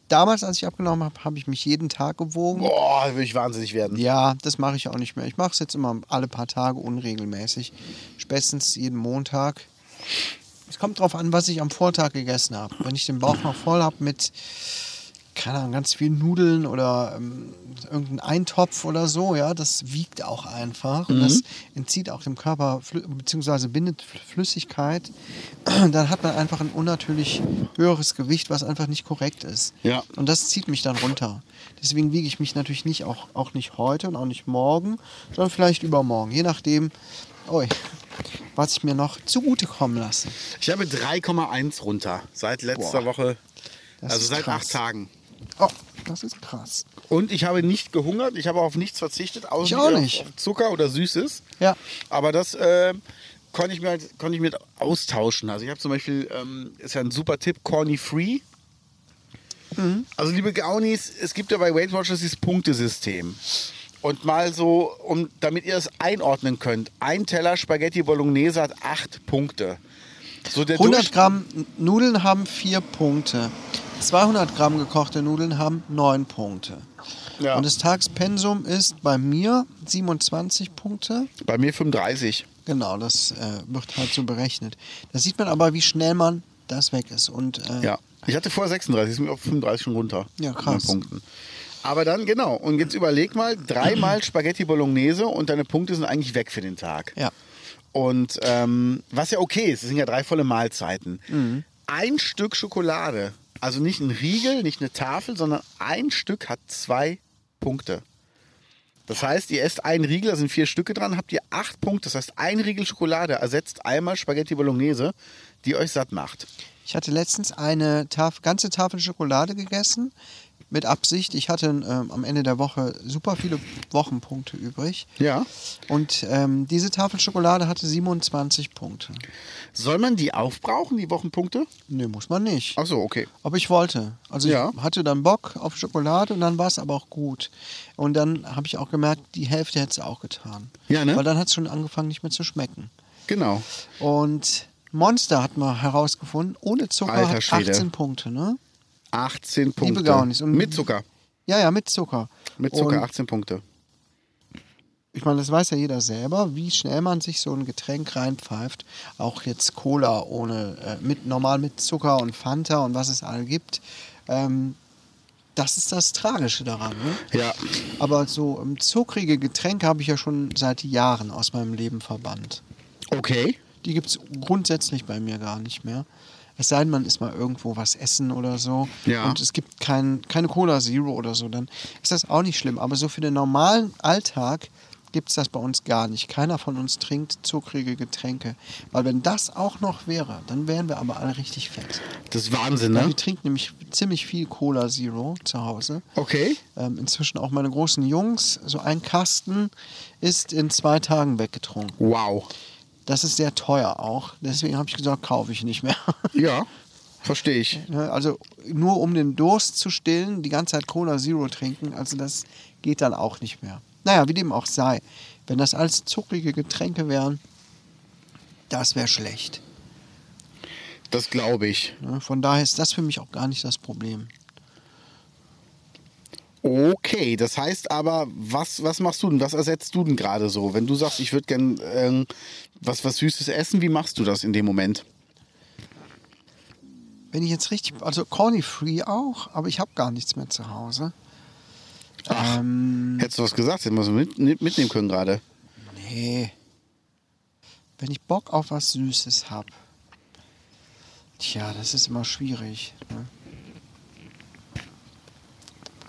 [SPEAKER 2] Damals, als ich abgenommen habe, habe ich mich jeden Tag gewogen.
[SPEAKER 1] Boah, da würde ich wahnsinnig werden.
[SPEAKER 2] Ja, das mache ich auch nicht mehr. Ich mache es jetzt immer alle paar Tage unregelmäßig. Spätestens jeden Montag. Es kommt drauf an, was ich am Vortag gegessen habe. Wenn ich den Bauch noch voll habe mit, keine Ahnung, ganz vielen Nudeln oder ähm, irgendeinen Eintopf oder so, ja, das wiegt auch einfach. Und das entzieht auch dem Körper, flü- beziehungsweise bindet Fl- Flüssigkeit. Dann hat man einfach ein unnatürlich höheres Gewicht, was einfach nicht korrekt ist.
[SPEAKER 1] Ja.
[SPEAKER 2] Und das zieht mich dann runter. Deswegen wiege ich mich natürlich nicht, auch, auch nicht heute und auch nicht morgen, sondern vielleicht übermorgen. Je nachdem, oi, was ich mir noch zugutekommen lasse.
[SPEAKER 1] Ich habe 3,1 runter seit letzter
[SPEAKER 2] Boah.
[SPEAKER 1] Woche.
[SPEAKER 2] Das
[SPEAKER 1] also
[SPEAKER 2] ist
[SPEAKER 1] seit
[SPEAKER 2] krass.
[SPEAKER 1] acht Tagen.
[SPEAKER 2] Oh, Das ist krass.
[SPEAKER 1] Und ich habe nicht gehungert, ich habe auf nichts verzichtet, außer
[SPEAKER 2] Ich auch
[SPEAKER 1] wieder
[SPEAKER 2] nicht.
[SPEAKER 1] auf Zucker oder Süßes.
[SPEAKER 2] Ja.
[SPEAKER 1] Aber das äh, konnte ich mir halt, konnte ich mir austauschen. Also ich habe zum Beispiel, ähm, ist ja ein super Tipp, Corny Free.
[SPEAKER 2] Mhm.
[SPEAKER 1] Also liebe Gaunis, es gibt ja bei Weight Watchers dieses Punktesystem. Und mal so, um, damit ihr es einordnen könnt, ein Teller Spaghetti Bolognese hat acht Punkte. So der
[SPEAKER 2] 100 Gramm Nudeln haben 4 Punkte. 200 Gramm gekochte Nudeln haben 9 Punkte.
[SPEAKER 1] Ja.
[SPEAKER 2] Und das Tagspensum ist bei mir 27 Punkte.
[SPEAKER 1] Durchschnitt- bei mir 35.
[SPEAKER 2] Genau, das äh, wird halt so berechnet. Da sieht man aber, wie schnell man das weg ist. Und äh,
[SPEAKER 1] Ja. Ich hatte vorher 36, ist mir auf 35 schon runter.
[SPEAKER 2] Ja,
[SPEAKER 1] Mit
[SPEAKER 2] krass.
[SPEAKER 1] meinen Punkten. Aber dann, genau. Und jetzt überleg mal, dreimal Spaghetti Bolognese und deine Punkte sind eigentlich weg für den Tag.
[SPEAKER 2] Ja.
[SPEAKER 1] Und ähm, was ja okay ist, es sind ja drei volle Mahlzeiten.
[SPEAKER 2] Mhm.
[SPEAKER 1] Ein Stück Schokolade, also nicht ein Riegel, nicht eine Tafel, sondern ein Stück hat zwei Punkte. Das heißt, ihr esst einen Riegel, da sind vier Stücke dran, habt ihr acht Punkte. Das heißt, ein Riegel Schokolade ersetzt einmal Spaghetti Bolognese, die euch satt macht.
[SPEAKER 2] Ich hatte letztens eine Taf ganze Tafel Schokolade gegessen. Mit Absicht. Ich hatte ähm, am Ende der Woche super viele Wochenpunkte übrig.
[SPEAKER 1] Ja.
[SPEAKER 2] Und ähm, diese Tafel Schokolade hatte 27 Punkte.
[SPEAKER 1] Soll man die aufbrauchen, die Wochenpunkte?
[SPEAKER 2] Nee, muss man nicht.
[SPEAKER 1] Ach so, okay.
[SPEAKER 2] Aber ich wollte. Also
[SPEAKER 1] Ja.
[SPEAKER 2] ich hatte dann Bock auf Schokolade und dann war es aber auch gut. Und dann habe ich auch gemerkt, die Hälfte hätte es auch getan.
[SPEAKER 1] Ja, ne?
[SPEAKER 2] Weil dann hat es schon angefangen, nicht mehr zu schmecken.
[SPEAKER 1] Genau.
[SPEAKER 2] Und Monster hat man herausgefunden, ohne Zucker
[SPEAKER 1] Alter
[SPEAKER 2] hat
[SPEAKER 1] Schwede.
[SPEAKER 2] 18 Punkte, ne?
[SPEAKER 1] 18 Punkte.
[SPEAKER 2] Gaunis, und-
[SPEAKER 1] mit Zucker.
[SPEAKER 2] Ja, ja, mit Zucker.
[SPEAKER 1] Mit Zucker
[SPEAKER 2] Und
[SPEAKER 1] 18 Punkte.
[SPEAKER 2] ich meine, das weiß ja jeder selber, wie schnell man sich so ein Getränk reinpfeift. Auch jetzt Cola ohne, äh, mit, normal mit Zucker und Fanta und was es all gibt. Ähm, das ist das Tragische daran, ne?
[SPEAKER 1] Ja.
[SPEAKER 2] Aber so ähm, zuckrige Getränke habe ich ja schon seit Jahren aus meinem Leben verbannt.
[SPEAKER 1] Okay.
[SPEAKER 2] Die gibt es grundsätzlich bei mir gar nicht mehr. Es sei denn, man ist mal irgendwo was essen oder so
[SPEAKER 1] Ja.
[SPEAKER 2] und es gibt kein, keine Cola Zero oder so, dann ist das auch nicht schlimm. Aber so für den normalen Alltag gibt es das bei uns gar nicht. Keiner von uns trinkt zuckrige Getränke. Weil wenn das auch noch wäre, dann wären wir aber alle richtig fett.
[SPEAKER 1] Das ist Wahnsinn,
[SPEAKER 2] Weil
[SPEAKER 1] ne?
[SPEAKER 2] Wir trinken nämlich ziemlich viel Cola Zero zu Hause.
[SPEAKER 1] Okay.
[SPEAKER 2] Ähm, inzwischen auch meine großen Jungs. So ein Kasten ist in zwei Tagen weggetrunken.
[SPEAKER 1] Wow.
[SPEAKER 2] Das ist sehr teuer auch. Deswegen habe ich gesagt, kaufe ich nicht mehr.
[SPEAKER 1] Ja, verstehe ich.
[SPEAKER 2] Ne, also nur um den Durst zu stillen, die ganze Zeit Cola Zero trinken, also das geht dann auch nicht mehr. Naja, wie dem auch sei. Wenn das alles zuckrige Getränke wären, das wäre schlecht.
[SPEAKER 1] Das glaube ich.
[SPEAKER 2] Ne, Von daher ist das für mich auch gar nicht das Problem.
[SPEAKER 1] Okay, das heißt aber, was, was machst du denn? Was ersetzt du denn gerade so? Wenn du sagst, ich würde gern ähm, was, was Süßes essen, wie machst du das in dem Moment?
[SPEAKER 2] Wenn ich jetzt richtig, also Corny Free auch, aber ich habe gar nichts mehr zu Hause.
[SPEAKER 1] Ach,
[SPEAKER 2] Mhm.
[SPEAKER 1] hättest du was gesagt, hätten wir es mit, mit- mitnehmen können gerade.
[SPEAKER 2] Nee. Wenn ich Bock auf was Süßes hab. Tja, das ist immer schwierig. Ne?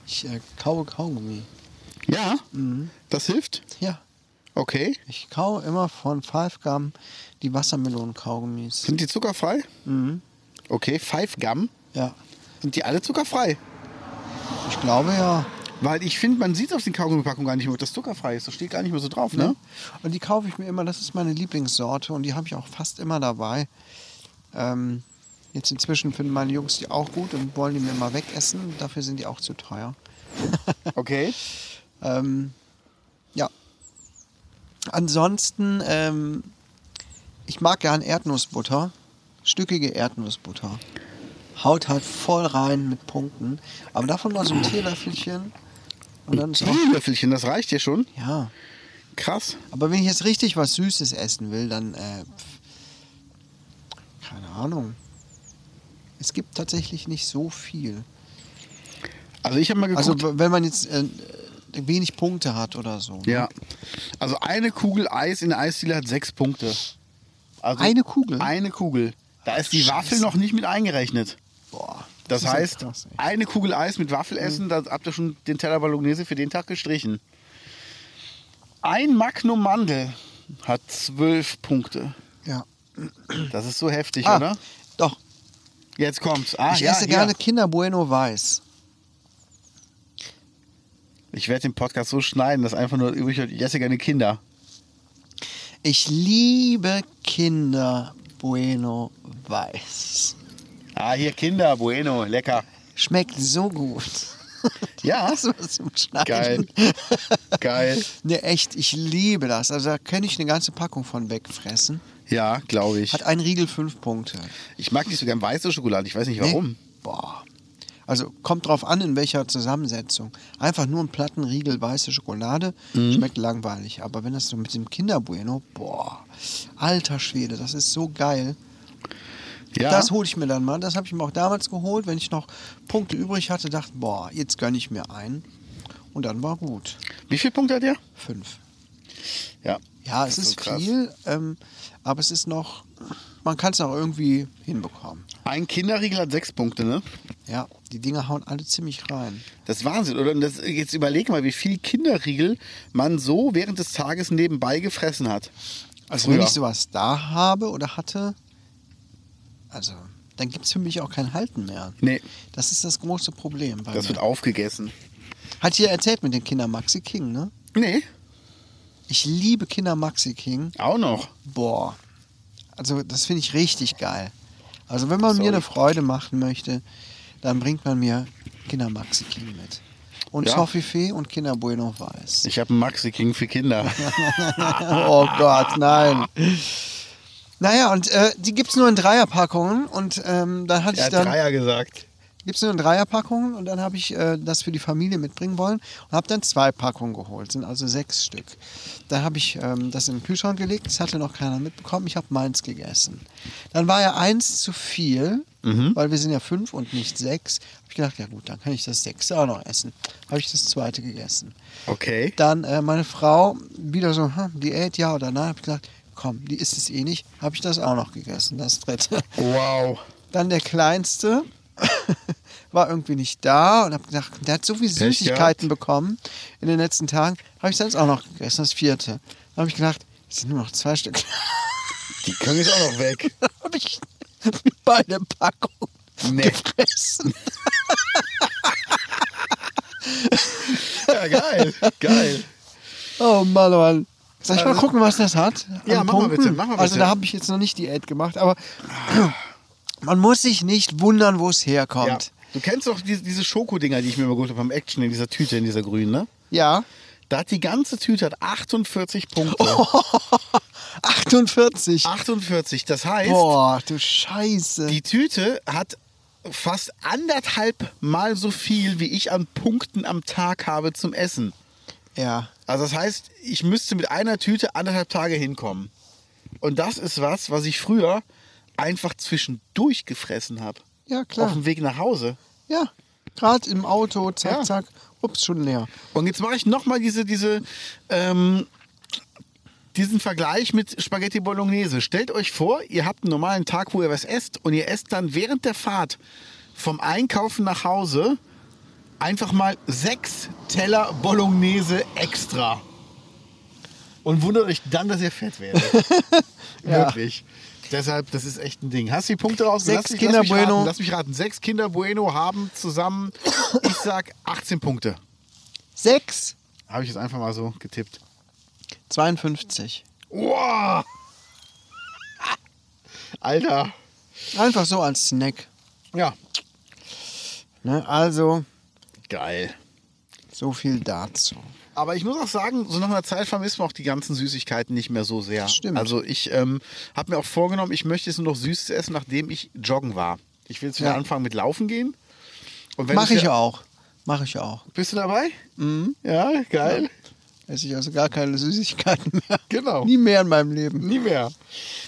[SPEAKER 2] Ich äh, kaue Kaugummi.
[SPEAKER 1] Ja,
[SPEAKER 2] Mhm.
[SPEAKER 1] das hilft.
[SPEAKER 2] Ja,
[SPEAKER 1] Okay.
[SPEAKER 2] ich kaue immer von Five Gum die Wassermelonen-Kaugummis.
[SPEAKER 1] Sind die zuckerfrei?
[SPEAKER 2] Mhm.
[SPEAKER 1] Okay, Five Gum.
[SPEAKER 2] Ja,
[SPEAKER 1] Sind die alle zuckerfrei?
[SPEAKER 2] ich glaube ja.
[SPEAKER 1] Weil ich finde, man sieht auf den Kaugummipackungen gar nicht mehr, ob das zuckerfrei ist. Das steht gar nicht mehr so drauf, ne?
[SPEAKER 2] Und die kaufe ich mir immer, das ist meine Lieblingssorte und die habe ich auch fast immer dabei. Ähm, jetzt inzwischen finden meine Jungs die auch gut und wollen die mir mal wegessen. Dafür sind die auch zu teuer.
[SPEAKER 1] Okay.
[SPEAKER 2] Ähm, ja. Ansonsten, ähm, ich mag gern Erdnussbutter. Stückige Erdnussbutter. Haut halt voll rein mit Punkten. Aber davon mal so ein Teelöffelchen. Und dann ist auch.
[SPEAKER 1] Löffelchen, das reicht ja schon.
[SPEAKER 2] Ja.
[SPEAKER 1] Krass.
[SPEAKER 2] Aber wenn ich jetzt richtig was Süßes essen will, dann. Äh, pf, keine Ahnung. Es gibt tatsächlich nicht so viel.
[SPEAKER 1] Also ich habe mal geguckt.
[SPEAKER 2] Also, w- wenn man jetzt äh, wenig Punkte hat oder so. ne?
[SPEAKER 1] ja. Also eine Kugel Eis in der Eisdiele hat sechs Punkte. Also
[SPEAKER 2] Eine Kugel?
[SPEAKER 1] Eine Kugel. Da ist die
[SPEAKER 2] Scheiße.
[SPEAKER 1] Waffel noch nicht mit eingerechnet.
[SPEAKER 2] Boah.
[SPEAKER 1] Das,
[SPEAKER 2] ist ja
[SPEAKER 1] heißt,
[SPEAKER 2] krass, Mhm. ey.
[SPEAKER 1] eine Kugel Eis mit Waffel essen, da habt ihr schon den Teller Bolognese für den Tag gestrichen. Ein Magnum Mandel hat zwölf Punkte.
[SPEAKER 2] Ja.
[SPEAKER 1] Das ist so heftig,
[SPEAKER 2] Ah,
[SPEAKER 1] oder?
[SPEAKER 2] Doch.
[SPEAKER 1] Jetzt kommt's. ne? Ah,
[SPEAKER 2] Ich
[SPEAKER 1] ja,
[SPEAKER 2] esse
[SPEAKER 1] hier.
[SPEAKER 2] gerne Kinder Bueno Weiß.
[SPEAKER 1] Ich werde den Podcast so schneiden, dass einfach nur übrig wird, Jessica eine Kinder.
[SPEAKER 2] Ich liebe Kinder Bueno Weiß.
[SPEAKER 1] Ah, hier Kinder, bueno, lecker.
[SPEAKER 2] Schmeckt so gut.
[SPEAKER 1] Ja,
[SPEAKER 2] Das was zum
[SPEAKER 1] geil.
[SPEAKER 2] Schneiden.
[SPEAKER 1] geil.
[SPEAKER 2] Ne, echt, ich liebe das. Also da könnte ich eine ganze Packung von wegfressen.
[SPEAKER 1] Ja, glaube ich.
[SPEAKER 2] Hat ein Riegel fünf Punkte.
[SPEAKER 1] Ich mag nicht so gern weiße Schokolade, ich weiß nicht
[SPEAKER 2] Nee.
[SPEAKER 1] warum.
[SPEAKER 2] Boah. Also kommt drauf an, in welcher Zusammensetzung. Einfach nur ein platten Riegel weiße Schokolade
[SPEAKER 1] Mhm.
[SPEAKER 2] schmeckt langweilig. Aber wenn das so mit dem Kinderbueno, boah, alter Schwede, das ist so geil.
[SPEAKER 1] Ja,
[SPEAKER 2] Das hole ich mir dann mal. Das habe ich mir auch damals geholt, wenn ich noch Punkte übrig hatte, dachte, boah, jetzt gönne ich mir einen. Und dann war gut.
[SPEAKER 1] wie viele Punkte hat der?
[SPEAKER 2] Fünf.
[SPEAKER 1] Ja.
[SPEAKER 2] Ja, es
[SPEAKER 1] Das ist
[SPEAKER 2] ist
[SPEAKER 1] so krass.
[SPEAKER 2] viel, ähm, aber es ist noch, man kann es noch irgendwie hinbekommen.
[SPEAKER 1] Ein Kinderriegel hat sechs Punkte, ne?
[SPEAKER 2] Ja, die Dinger hauen alle ziemlich rein.
[SPEAKER 1] Das ist Wahnsinn, oder? Und das, jetzt überleg mal, wie viel Kinderriegel man so während des Tages nebenbei gefressen hat.
[SPEAKER 2] Also
[SPEAKER 1] Früher.
[SPEAKER 2] wenn ich sowas da habe oder hatte, also dann gibt es für mich auch kein Halten mehr.
[SPEAKER 1] Nee,
[SPEAKER 2] Das ist das große Problem. Bei
[SPEAKER 1] das
[SPEAKER 2] mir.
[SPEAKER 1] wird aufgegessen.
[SPEAKER 2] Hat hier erzählt mit den Kindern Maxi King, ne?
[SPEAKER 1] Nee,
[SPEAKER 2] Ich liebe Kinder Maxi King.
[SPEAKER 1] auch noch.
[SPEAKER 2] Boah. Also das finde ich richtig geil. Also wenn man
[SPEAKER 1] Sorry.
[SPEAKER 2] mir eine Freude machen möchte, dann bringt man mir Kinder Maxi King mit. Und
[SPEAKER 1] Ja.
[SPEAKER 2] Toffifee und Kinder Bueno Weiß.
[SPEAKER 1] Ich habe einen Maxi King für Kinder.
[SPEAKER 2] oh Gott, nein. Naja, und äh, die gibt es nur in Dreierpackungen und ähm, dann hatte
[SPEAKER 1] Er
[SPEAKER 2] ich
[SPEAKER 1] hat
[SPEAKER 2] dann...
[SPEAKER 1] Dreier gesagt.
[SPEAKER 2] gibt es nur in Dreierpackungen und dann habe ich äh, das für die Familie mitbringen wollen und habe dann zwei Packungen geholt, sind also sechs Stück. Dann habe ich ähm, das in den Kühlschrank gelegt, das hatte noch keiner mitbekommen, ich habe meins gegessen. Dann war ja eins zu viel, weil wir sind ja fünf und nicht sechs. Habe ich gedacht, ja gut, dann kann ich das sechste auch noch essen. Habe ich das zweite gegessen.
[SPEAKER 1] Okay.
[SPEAKER 2] Dann äh, meine Frau wieder so, hm, Diät, ja oder nein, habe ich gesagt, komm, die isst es eh nicht, habe ich das auch noch gegessen, das dritte.
[SPEAKER 1] Wow.
[SPEAKER 2] Dann der Kleinste war irgendwie nicht da und hab gedacht, der hat so viele
[SPEAKER 1] Pech
[SPEAKER 2] Süßigkeiten bekommen in den letzten Tagen. Habe ich sonst auch noch gegessen, das vierte. Dann habe ich gedacht, es sind nur noch zwei Stück.
[SPEAKER 1] Die können jetzt auch noch weg.
[SPEAKER 2] habe ich beide Packungen
[SPEAKER 1] Nee.
[SPEAKER 2] gefressen.
[SPEAKER 1] Ja, geil. Geil.
[SPEAKER 2] Oh Mann, oh Mann. Soll ich mal
[SPEAKER 1] Also-
[SPEAKER 2] gucken, was das hat?
[SPEAKER 1] Ja,
[SPEAKER 2] An
[SPEAKER 1] mach mal
[SPEAKER 2] Punkten?
[SPEAKER 1] bitte, mach mal
[SPEAKER 2] Also
[SPEAKER 1] bitte.
[SPEAKER 2] da habe ich jetzt noch nicht Diät gemacht, aber man muss sich nicht wundern, wo es
[SPEAKER 1] Ja.
[SPEAKER 2] herkommt.
[SPEAKER 1] Du kennst doch diese, diese Schokodinger, die ich mir immer geholt habe beim Action in dieser Tüte, in dieser grünen, ne?
[SPEAKER 2] Ja.
[SPEAKER 1] Da hat die ganze Tüte hat 48 Punkte.
[SPEAKER 2] 48.
[SPEAKER 1] 48. Das heißt,
[SPEAKER 2] Boah, du Scheiße.
[SPEAKER 1] Ah, die Tüte hat fast anderthalb Mal so viel, wie ich an Punkten am Tag habe zum Essen.
[SPEAKER 2] ja.
[SPEAKER 1] Also das heißt, ich müsste mit einer Tüte anderthalb Tage hinkommen. Und das ist was, was ich früher einfach zwischendurch gefressen habe.
[SPEAKER 2] Ja,
[SPEAKER 1] Auf
[SPEAKER 2] klar.
[SPEAKER 1] dem Weg nach Hause.
[SPEAKER 2] Ja, gerade im Auto, zack,
[SPEAKER 1] Ja.
[SPEAKER 2] zack. Ups, schon leer.
[SPEAKER 1] Und jetzt mache ich nochmal diese, diese, ähm, diesen Vergleich mit Spaghetti Bolognese. Stellt euch vor, ihr habt einen normalen Tag, wo ihr was esst und ihr esst dann während der Fahrt vom Einkaufen nach Hause einfach mal sechs Teller Bolognese extra. Und wundert euch dann, dass ihr fett werdet. Wirklich. Deshalb, das ist echt ein Ding. Hast du die Punkte rausgelassen? Lass mich-
[SPEAKER 2] Sechs Kinder
[SPEAKER 1] lass mich
[SPEAKER 2] Bueno.
[SPEAKER 1] Raten, lass mich raten. Sechs Kinder Bueno haben zusammen, ich sag, 18 Punkte.
[SPEAKER 2] Sechs,
[SPEAKER 1] Habe ich jetzt einfach mal so getippt.
[SPEAKER 2] 52.
[SPEAKER 1] Wow! Alter.
[SPEAKER 2] Einfach so als Snack.
[SPEAKER 1] Ja.
[SPEAKER 2] Ne? Also,
[SPEAKER 1] Geil.
[SPEAKER 2] so viel dazu.
[SPEAKER 1] Aber ich muss auch sagen, so nach einer Zeit vermisst man auch die ganzen Süßigkeiten nicht mehr so sehr.
[SPEAKER 2] Stimmt.
[SPEAKER 1] Also ich ähm, habe mir auch vorgenommen, ich möchte jetzt nur noch Süßes essen, nachdem ich joggen war. Ich will jetzt wieder
[SPEAKER 2] Ja.
[SPEAKER 1] anfangen mit Laufen gehen. Und wenn
[SPEAKER 2] Mache
[SPEAKER 1] du's
[SPEAKER 2] ich
[SPEAKER 1] ja-
[SPEAKER 2] auch. Mache ich auch.
[SPEAKER 1] Bist du dabei? Ja, geil.
[SPEAKER 2] Esse ich also gar keine Süßigkeiten mehr.
[SPEAKER 1] Genau.
[SPEAKER 2] Nie mehr in meinem Leben.
[SPEAKER 1] Nie mehr.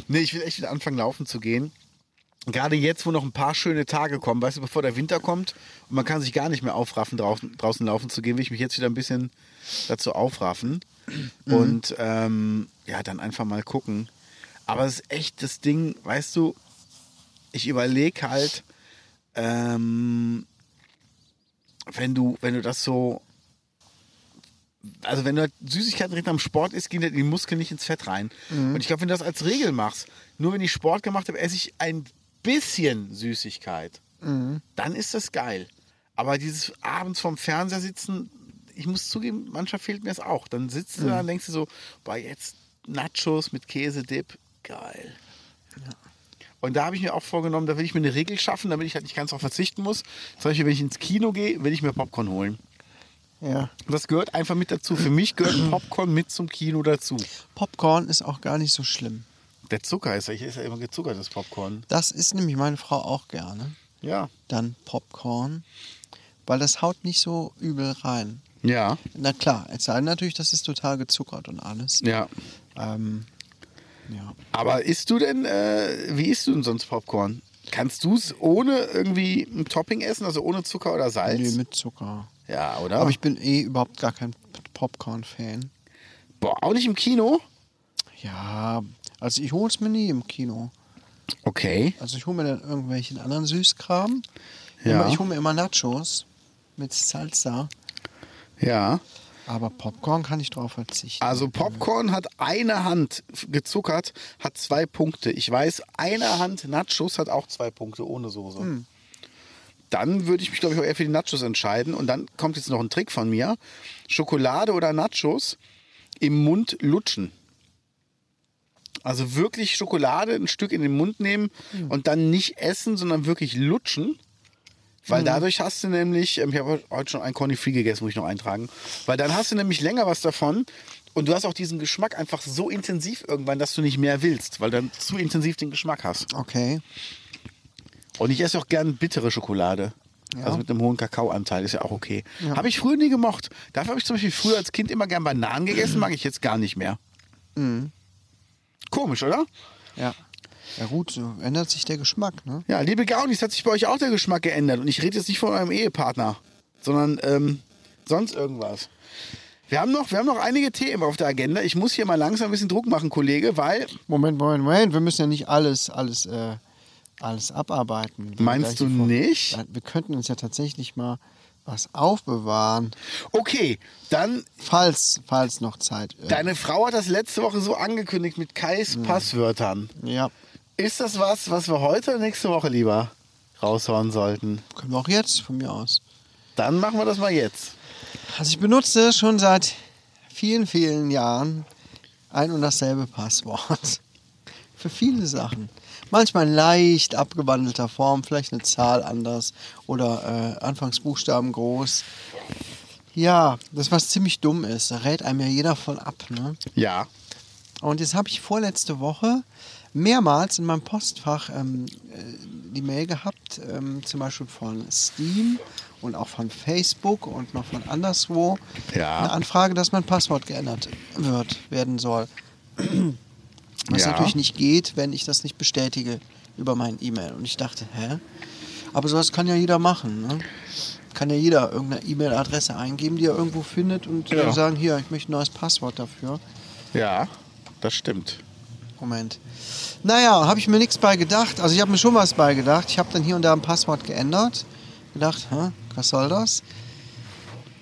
[SPEAKER 1] Nee, ich will echt wieder anfangen, laufen zu gehen. Gerade jetzt, wo noch ein paar schöne Tage kommen, weißt du, bevor der Winter kommt und man kann sich gar nicht mehr aufraffen, draußen, draußen laufen zu gehen, will ich mich jetzt wieder ein bisschen dazu aufraffen. Und ähm, ja, dann einfach mal gucken. Aber es ist echt das Ding, weißt du, ich überlege halt, ähm, wenn du, wenn du das so, also wenn du halt Süßigkeiten direkt am Sport isst, gehen halt die Muskeln nicht ins Fett rein. Und ich glaube, wenn du das als Regel machst, nur wenn ich Sport gemacht habe, esse ich ein bisschen Süßigkeit, dann ist das geil. Aber dieses abends vorm Fernseher sitzen, ich muss zugeben, manchmal fehlt mir es auch. Dann sitzt du da und denkst du so, boah, jetzt Nachos mit Käse-Dip, geil. Und da habe ich mir auch vorgenommen, da will ich mir eine Regel schaffen, damit ich halt nicht ganz darauf verzichten muss. Zum Beispiel, wenn ich ins Kino gehe, will ich mir Popcorn holen.
[SPEAKER 2] Ja.
[SPEAKER 1] Und Das gehört einfach mit dazu. Für mich gehört Popcorn mit zum Kino dazu.
[SPEAKER 2] Popcorn ist auch gar nicht so schlimm.
[SPEAKER 1] Der Zucker ist ja, ich esse ja immer gezuckertes Popcorn.
[SPEAKER 2] Das ist nämlich meine Frau auch gerne.
[SPEAKER 1] Ja.
[SPEAKER 2] Dann Popcorn, weil das haut nicht so übel rein.
[SPEAKER 1] Ja.
[SPEAKER 2] Na klar, es sei denn natürlich, das ist total gezuckert und alles.
[SPEAKER 1] Ja.
[SPEAKER 2] Ähm, ja.
[SPEAKER 1] Aber isst du denn, äh, wie isst du denn sonst Popcorn? Kannst du es ohne irgendwie ein Topping essen, also ohne Zucker oder
[SPEAKER 2] Nee,
[SPEAKER 1] Salz?
[SPEAKER 2] mit Zucker.
[SPEAKER 1] ja, oder?
[SPEAKER 2] Aber ich bin eh überhaupt gar kein Popcorn-Fan.
[SPEAKER 1] Boah, auch nicht im Kino?
[SPEAKER 2] Ja, also ich hole es mir nie im Kino.
[SPEAKER 1] Okay.
[SPEAKER 2] Also ich hole mir dann irgendwelchen anderen Süßkram.
[SPEAKER 1] Ja.
[SPEAKER 2] Immer, ich hole mir immer Nachos mit Salsa.
[SPEAKER 1] Ja.
[SPEAKER 2] Aber Popcorn kann ich drauf verzichten.
[SPEAKER 1] Also Popcorn hat eine Hand gezuckert, hat zwei Punkte. Ich weiß, eine Hand Nachos hat auch zwei Punkte ohne Soße. Dann würde ich mich, glaube ich, auch eher für die Nachos entscheiden. Und dann kommt jetzt noch ein Trick von mir. Schokolade oder Nachos im Mund lutschen. Also wirklich Schokolade ein Stück in den Mund nehmen und dann nicht essen, sondern wirklich lutschen. Weil dadurch hast du nämlich, ähm, ich habe heute schon einen Corny Free gegessen, muss ich noch eintragen, weil dann hast du nämlich länger was davon und du hast auch diesen Geschmack einfach so intensiv irgendwann, dass du nicht mehr willst, weil du dann zu intensiv den Geschmack hast.
[SPEAKER 2] Okay.
[SPEAKER 1] Und ich esse auch gern bittere Schokolade.
[SPEAKER 2] Ja.
[SPEAKER 1] Also mit einem hohen Kakaoanteil ist ja auch okay. Habe ich früher nie gemocht. Dafür habe ich zum Beispiel früher als Kind immer gern Bananen gegessen, mag ich jetzt gar nicht mehr. Komisch, oder?
[SPEAKER 2] Ja. Ja gut, so ändert sich der Geschmack, ne?
[SPEAKER 1] Ja, liebe Gaunis, hat sich bei euch auch der Geschmack geändert. Und ich rede jetzt nicht von eurem Ehepartner, sondern ähm, sonst irgendwas. Wir haben, noch, wir haben noch einige Themen auf der Agenda. Ich muss hier mal langsam ein bisschen Druck machen, Kollege, weil.
[SPEAKER 2] Moment, Moment, Moment, wir müssen ja nicht alles, alles, äh, alles abarbeiten. Wir
[SPEAKER 1] Meinst
[SPEAKER 2] gleich
[SPEAKER 1] du
[SPEAKER 2] vor-
[SPEAKER 1] nicht?
[SPEAKER 2] Ja, Wir könnten uns ja tatsächlich mal was aufbewahren,
[SPEAKER 1] Okay, dann.
[SPEAKER 2] falls, falls noch Zeit. Äh,
[SPEAKER 1] Deine Frau hat das letzte Woche so angekündigt mit Kais Passwörtern.
[SPEAKER 2] ja,
[SPEAKER 1] Ist das was, was wir heute oder nächste Woche lieber raushauen sollten?
[SPEAKER 2] können wir auch jetzt von mir aus.
[SPEAKER 1] Dann machen wir das mal jetzt.
[SPEAKER 2] Also ich benutze schon seit vielen, vielen Jahren ein und dasselbe Passwort. Für viele Sachen. Manchmal in leicht abgewandelter Form, vielleicht eine Zahl anders oder äh, Anfangsbuchstaben groß. Ja, das was ziemlich dumm ist, da rät einem ja jeder von ab. Ne?
[SPEAKER 1] Ja.
[SPEAKER 2] Und jetzt habe ich vorletzte Woche mehrmals in meinem Postfach ähm, äh, die Mail gehabt, ähm, zum Beispiel von Steam und auch von Facebook und noch von anderswo,
[SPEAKER 1] Ja.
[SPEAKER 2] eine Anfrage, dass mein Passwort geändert wird, werden soll. Was
[SPEAKER 1] Ja.
[SPEAKER 2] natürlich nicht geht, wenn ich das nicht bestätige über mein E-Mail. Und ich dachte, hä? Aber sowas kann ja jeder machen. Ne? Kann ja jeder irgendeine E-Mail-Adresse eingeben, die er irgendwo findet und
[SPEAKER 1] Ja.
[SPEAKER 2] äh, sagen, hier, ich möchte ein neues Passwort dafür.
[SPEAKER 1] Ja, das stimmt.
[SPEAKER 2] Moment. Naja, habe ich mir nichts bei gedacht. Also ich habe mir schon was bei gedacht. Ich habe dann hier und da ein Passwort geändert. Gedacht, hä, was soll das?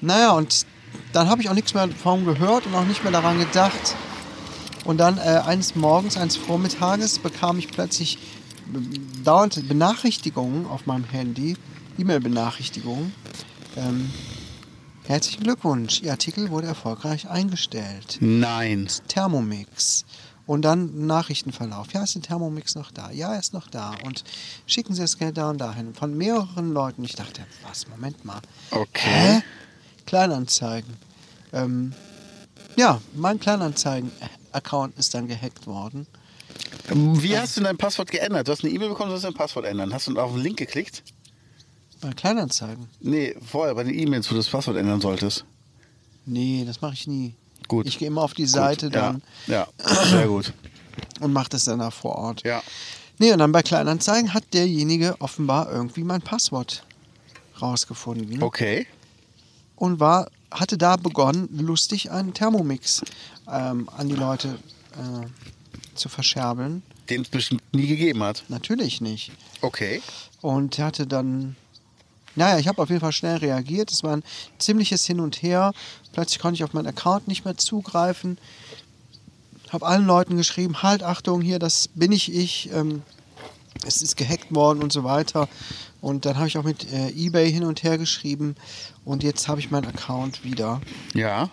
[SPEAKER 2] Naja, und dann habe ich auch nichts mehr davon gehört und auch nicht mehr daran gedacht. Und dann äh, eines Morgens, eines Vormittages bekam ich plötzlich be- dauernd Benachrichtigungen auf meinem Handy, E-Mail-Benachrichtigungen. Ähm, herzlichen Glückwunsch, Ihr Artikel wurde erfolgreich eingestellt.
[SPEAKER 1] Nein.
[SPEAKER 2] Thermomix. Und dann Nachrichtenverlauf. Ja, ist der Thermomix noch da? Ja, er ist noch da. Und schicken Sie das Geld da und dahin. Von mehreren Leuten. Ich dachte, was, Moment mal.
[SPEAKER 1] Okay.
[SPEAKER 2] Hä? Kleinanzeigen. Ähm, ja, mein Kleinanzeigen-Account ist dann gehackt worden.
[SPEAKER 1] Wie
[SPEAKER 2] Also
[SPEAKER 1] hast du dein Passwort geändert? Du hast eine E-Mail bekommen, du sollst dein Passwort ändern. Hast du auf den Link geklickt?
[SPEAKER 2] Bei Kleinanzeigen?
[SPEAKER 1] Nee, vorher bei den E-Mails, wo du das Passwort ändern solltest.
[SPEAKER 2] Nee, das mache ich nie.
[SPEAKER 1] Gut.
[SPEAKER 2] Ich gehe immer auf die Seite
[SPEAKER 1] gut.
[SPEAKER 2] dann
[SPEAKER 1] Ja, ja. sehr gut.
[SPEAKER 2] und mache das dann da vor Ort.
[SPEAKER 1] Ja.
[SPEAKER 2] Nee, und dann bei Kleinanzeigen hat derjenige offenbar irgendwie mein Passwort rausgefunden.
[SPEAKER 1] Okay.
[SPEAKER 2] und war, hatte da begonnen, lustig einen Thermomix ähm, an die Leute äh, zu verscherbeln.
[SPEAKER 1] Den es bestimmt nie gegeben hat.
[SPEAKER 2] Natürlich nicht.
[SPEAKER 1] Okay.
[SPEAKER 2] Und er hatte dann. Naja, ich habe auf jeden Fall schnell reagiert. Es war ein ziemliches Hin und Her. Plötzlich konnte ich auf meinen Account nicht mehr zugreifen. Habe allen Leuten geschrieben: Halt, Achtung, hier, das bin ich ich. Ähm, es ist gehackt worden und so weiter. Und dann habe ich auch mit äh, eBay hin und her geschrieben und jetzt habe ich meinen Account wieder.
[SPEAKER 1] Ja.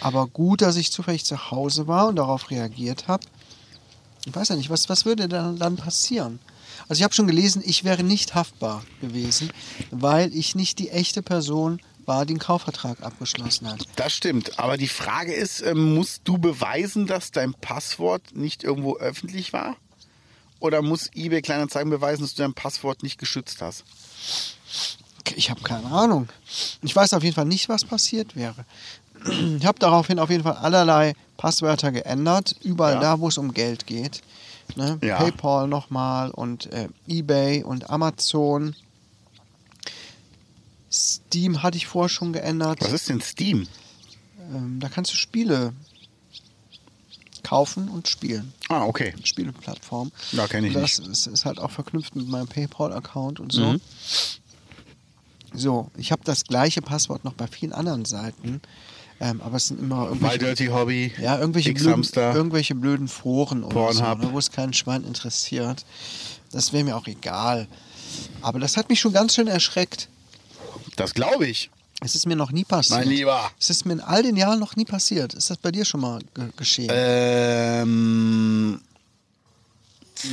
[SPEAKER 2] Aber gut, dass ich zufällig zu Hause war und darauf reagiert habe. Ich weiß ja nicht, was, was würde dann, dann passieren? Also ich habe schon gelesen, ich wäre nicht haftbar gewesen, weil ich nicht die echte Person war, die den Kaufvertrag abgeschlossen hat.
[SPEAKER 1] Das stimmt. Aber die Frage ist, ähm, musst du beweisen, dass dein Passwort nicht irgendwo öffentlich war? Oder muss eBay Kleinanzeigen beweisen, dass du dein Passwort nicht geschützt hast?
[SPEAKER 2] Ich habe keine Ahnung. Ich weiß auf jeden Fall nicht, was passiert wäre. Ich habe daraufhin auf jeden Fall allerlei Passwörter geändert, überall
[SPEAKER 1] Ja.
[SPEAKER 2] da, wo es um Geld geht. Ne?
[SPEAKER 1] Ja.
[SPEAKER 2] PayPal nochmal und äh, eBay und Amazon. Steam hatte ich vorher schon geändert.
[SPEAKER 1] Was ist denn Steam?
[SPEAKER 2] Ähm, da kannst du Spiele kaufen und spielen.
[SPEAKER 1] Ah, okay.
[SPEAKER 2] Spieleplattform.
[SPEAKER 1] Ja, kenn ich
[SPEAKER 2] Und das nicht. Ist, ist halt auch verknüpft mit meinem PayPal-Account und so.
[SPEAKER 1] Mhm.
[SPEAKER 2] So, ich habe das gleiche Passwort noch bei vielen anderen Seiten, ähm, aber es sind immer
[SPEAKER 1] My
[SPEAKER 2] irgendwelche,
[SPEAKER 1] Dirty Hobby.
[SPEAKER 2] ja, irgendwelche, blöden,
[SPEAKER 1] X-Hamster.
[SPEAKER 2] irgendwelche blöden Foren oder
[SPEAKER 1] Pornhub.
[SPEAKER 2] so, ne, wo es keinen Schwein interessiert. Das wäre mir auch egal. Aber das hat mich schon ganz schön erschreckt.
[SPEAKER 1] Das glaube ich.
[SPEAKER 2] Es ist mir noch nie passiert.
[SPEAKER 1] Mein Lieber.
[SPEAKER 2] Es ist mir in all den Jahren noch nie passiert. Ist das bei dir schon mal ge geschehen?
[SPEAKER 1] Äh. Ähm.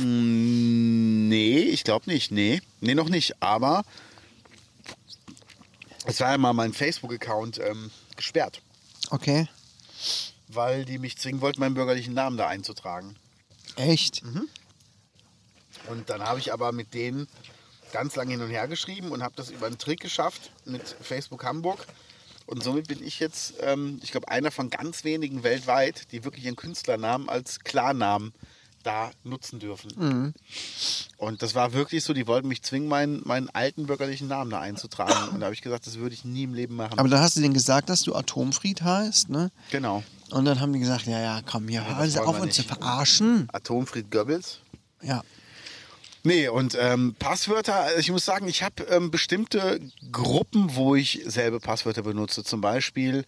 [SPEAKER 1] mh, Nee, ich glaube nicht. Nee. Nee, noch nicht. Aber es war ja mal mein Facebook-Account ähm, gesperrt,
[SPEAKER 2] Okay.
[SPEAKER 1] weil die mich zwingen wollten, meinen bürgerlichen Namen da einzutragen. Mhm.
[SPEAKER 2] Echt?
[SPEAKER 1] Und dann habe ich aber mit denen ganz lange hin und her geschrieben und habe das über einen Trick geschafft mit Facebook Hamburg. Und somit bin ich jetzt, ähm, ich glaube, einer von ganz wenigen weltweit, die wirklich ihren Künstlernamen als Klarnamen da nutzen dürfen. Und das war wirklich so, die wollten mich zwingen, meinen, meinen alten bürgerlichen Namen da einzutragen. Und da habe ich gesagt, das würde ich nie im Leben machen.
[SPEAKER 2] Aber dann hast du denen gesagt, dass du Atomfried heißt, ne?
[SPEAKER 1] genau.
[SPEAKER 2] Und dann haben die gesagt, ja, ja, komm, hier, hör
[SPEAKER 1] das
[SPEAKER 2] also
[SPEAKER 1] wollen
[SPEAKER 2] auf
[SPEAKER 1] wir
[SPEAKER 2] uns zu
[SPEAKER 1] nicht.
[SPEAKER 2] verarschen.
[SPEAKER 1] Atomfried Goebbels.
[SPEAKER 2] Ja.
[SPEAKER 1] Nee, und ähm, Passwörter, also ich muss sagen, ich habe ähm, bestimmte Gruppen, wo ich selbe Passwörter benutze. Zum Beispiel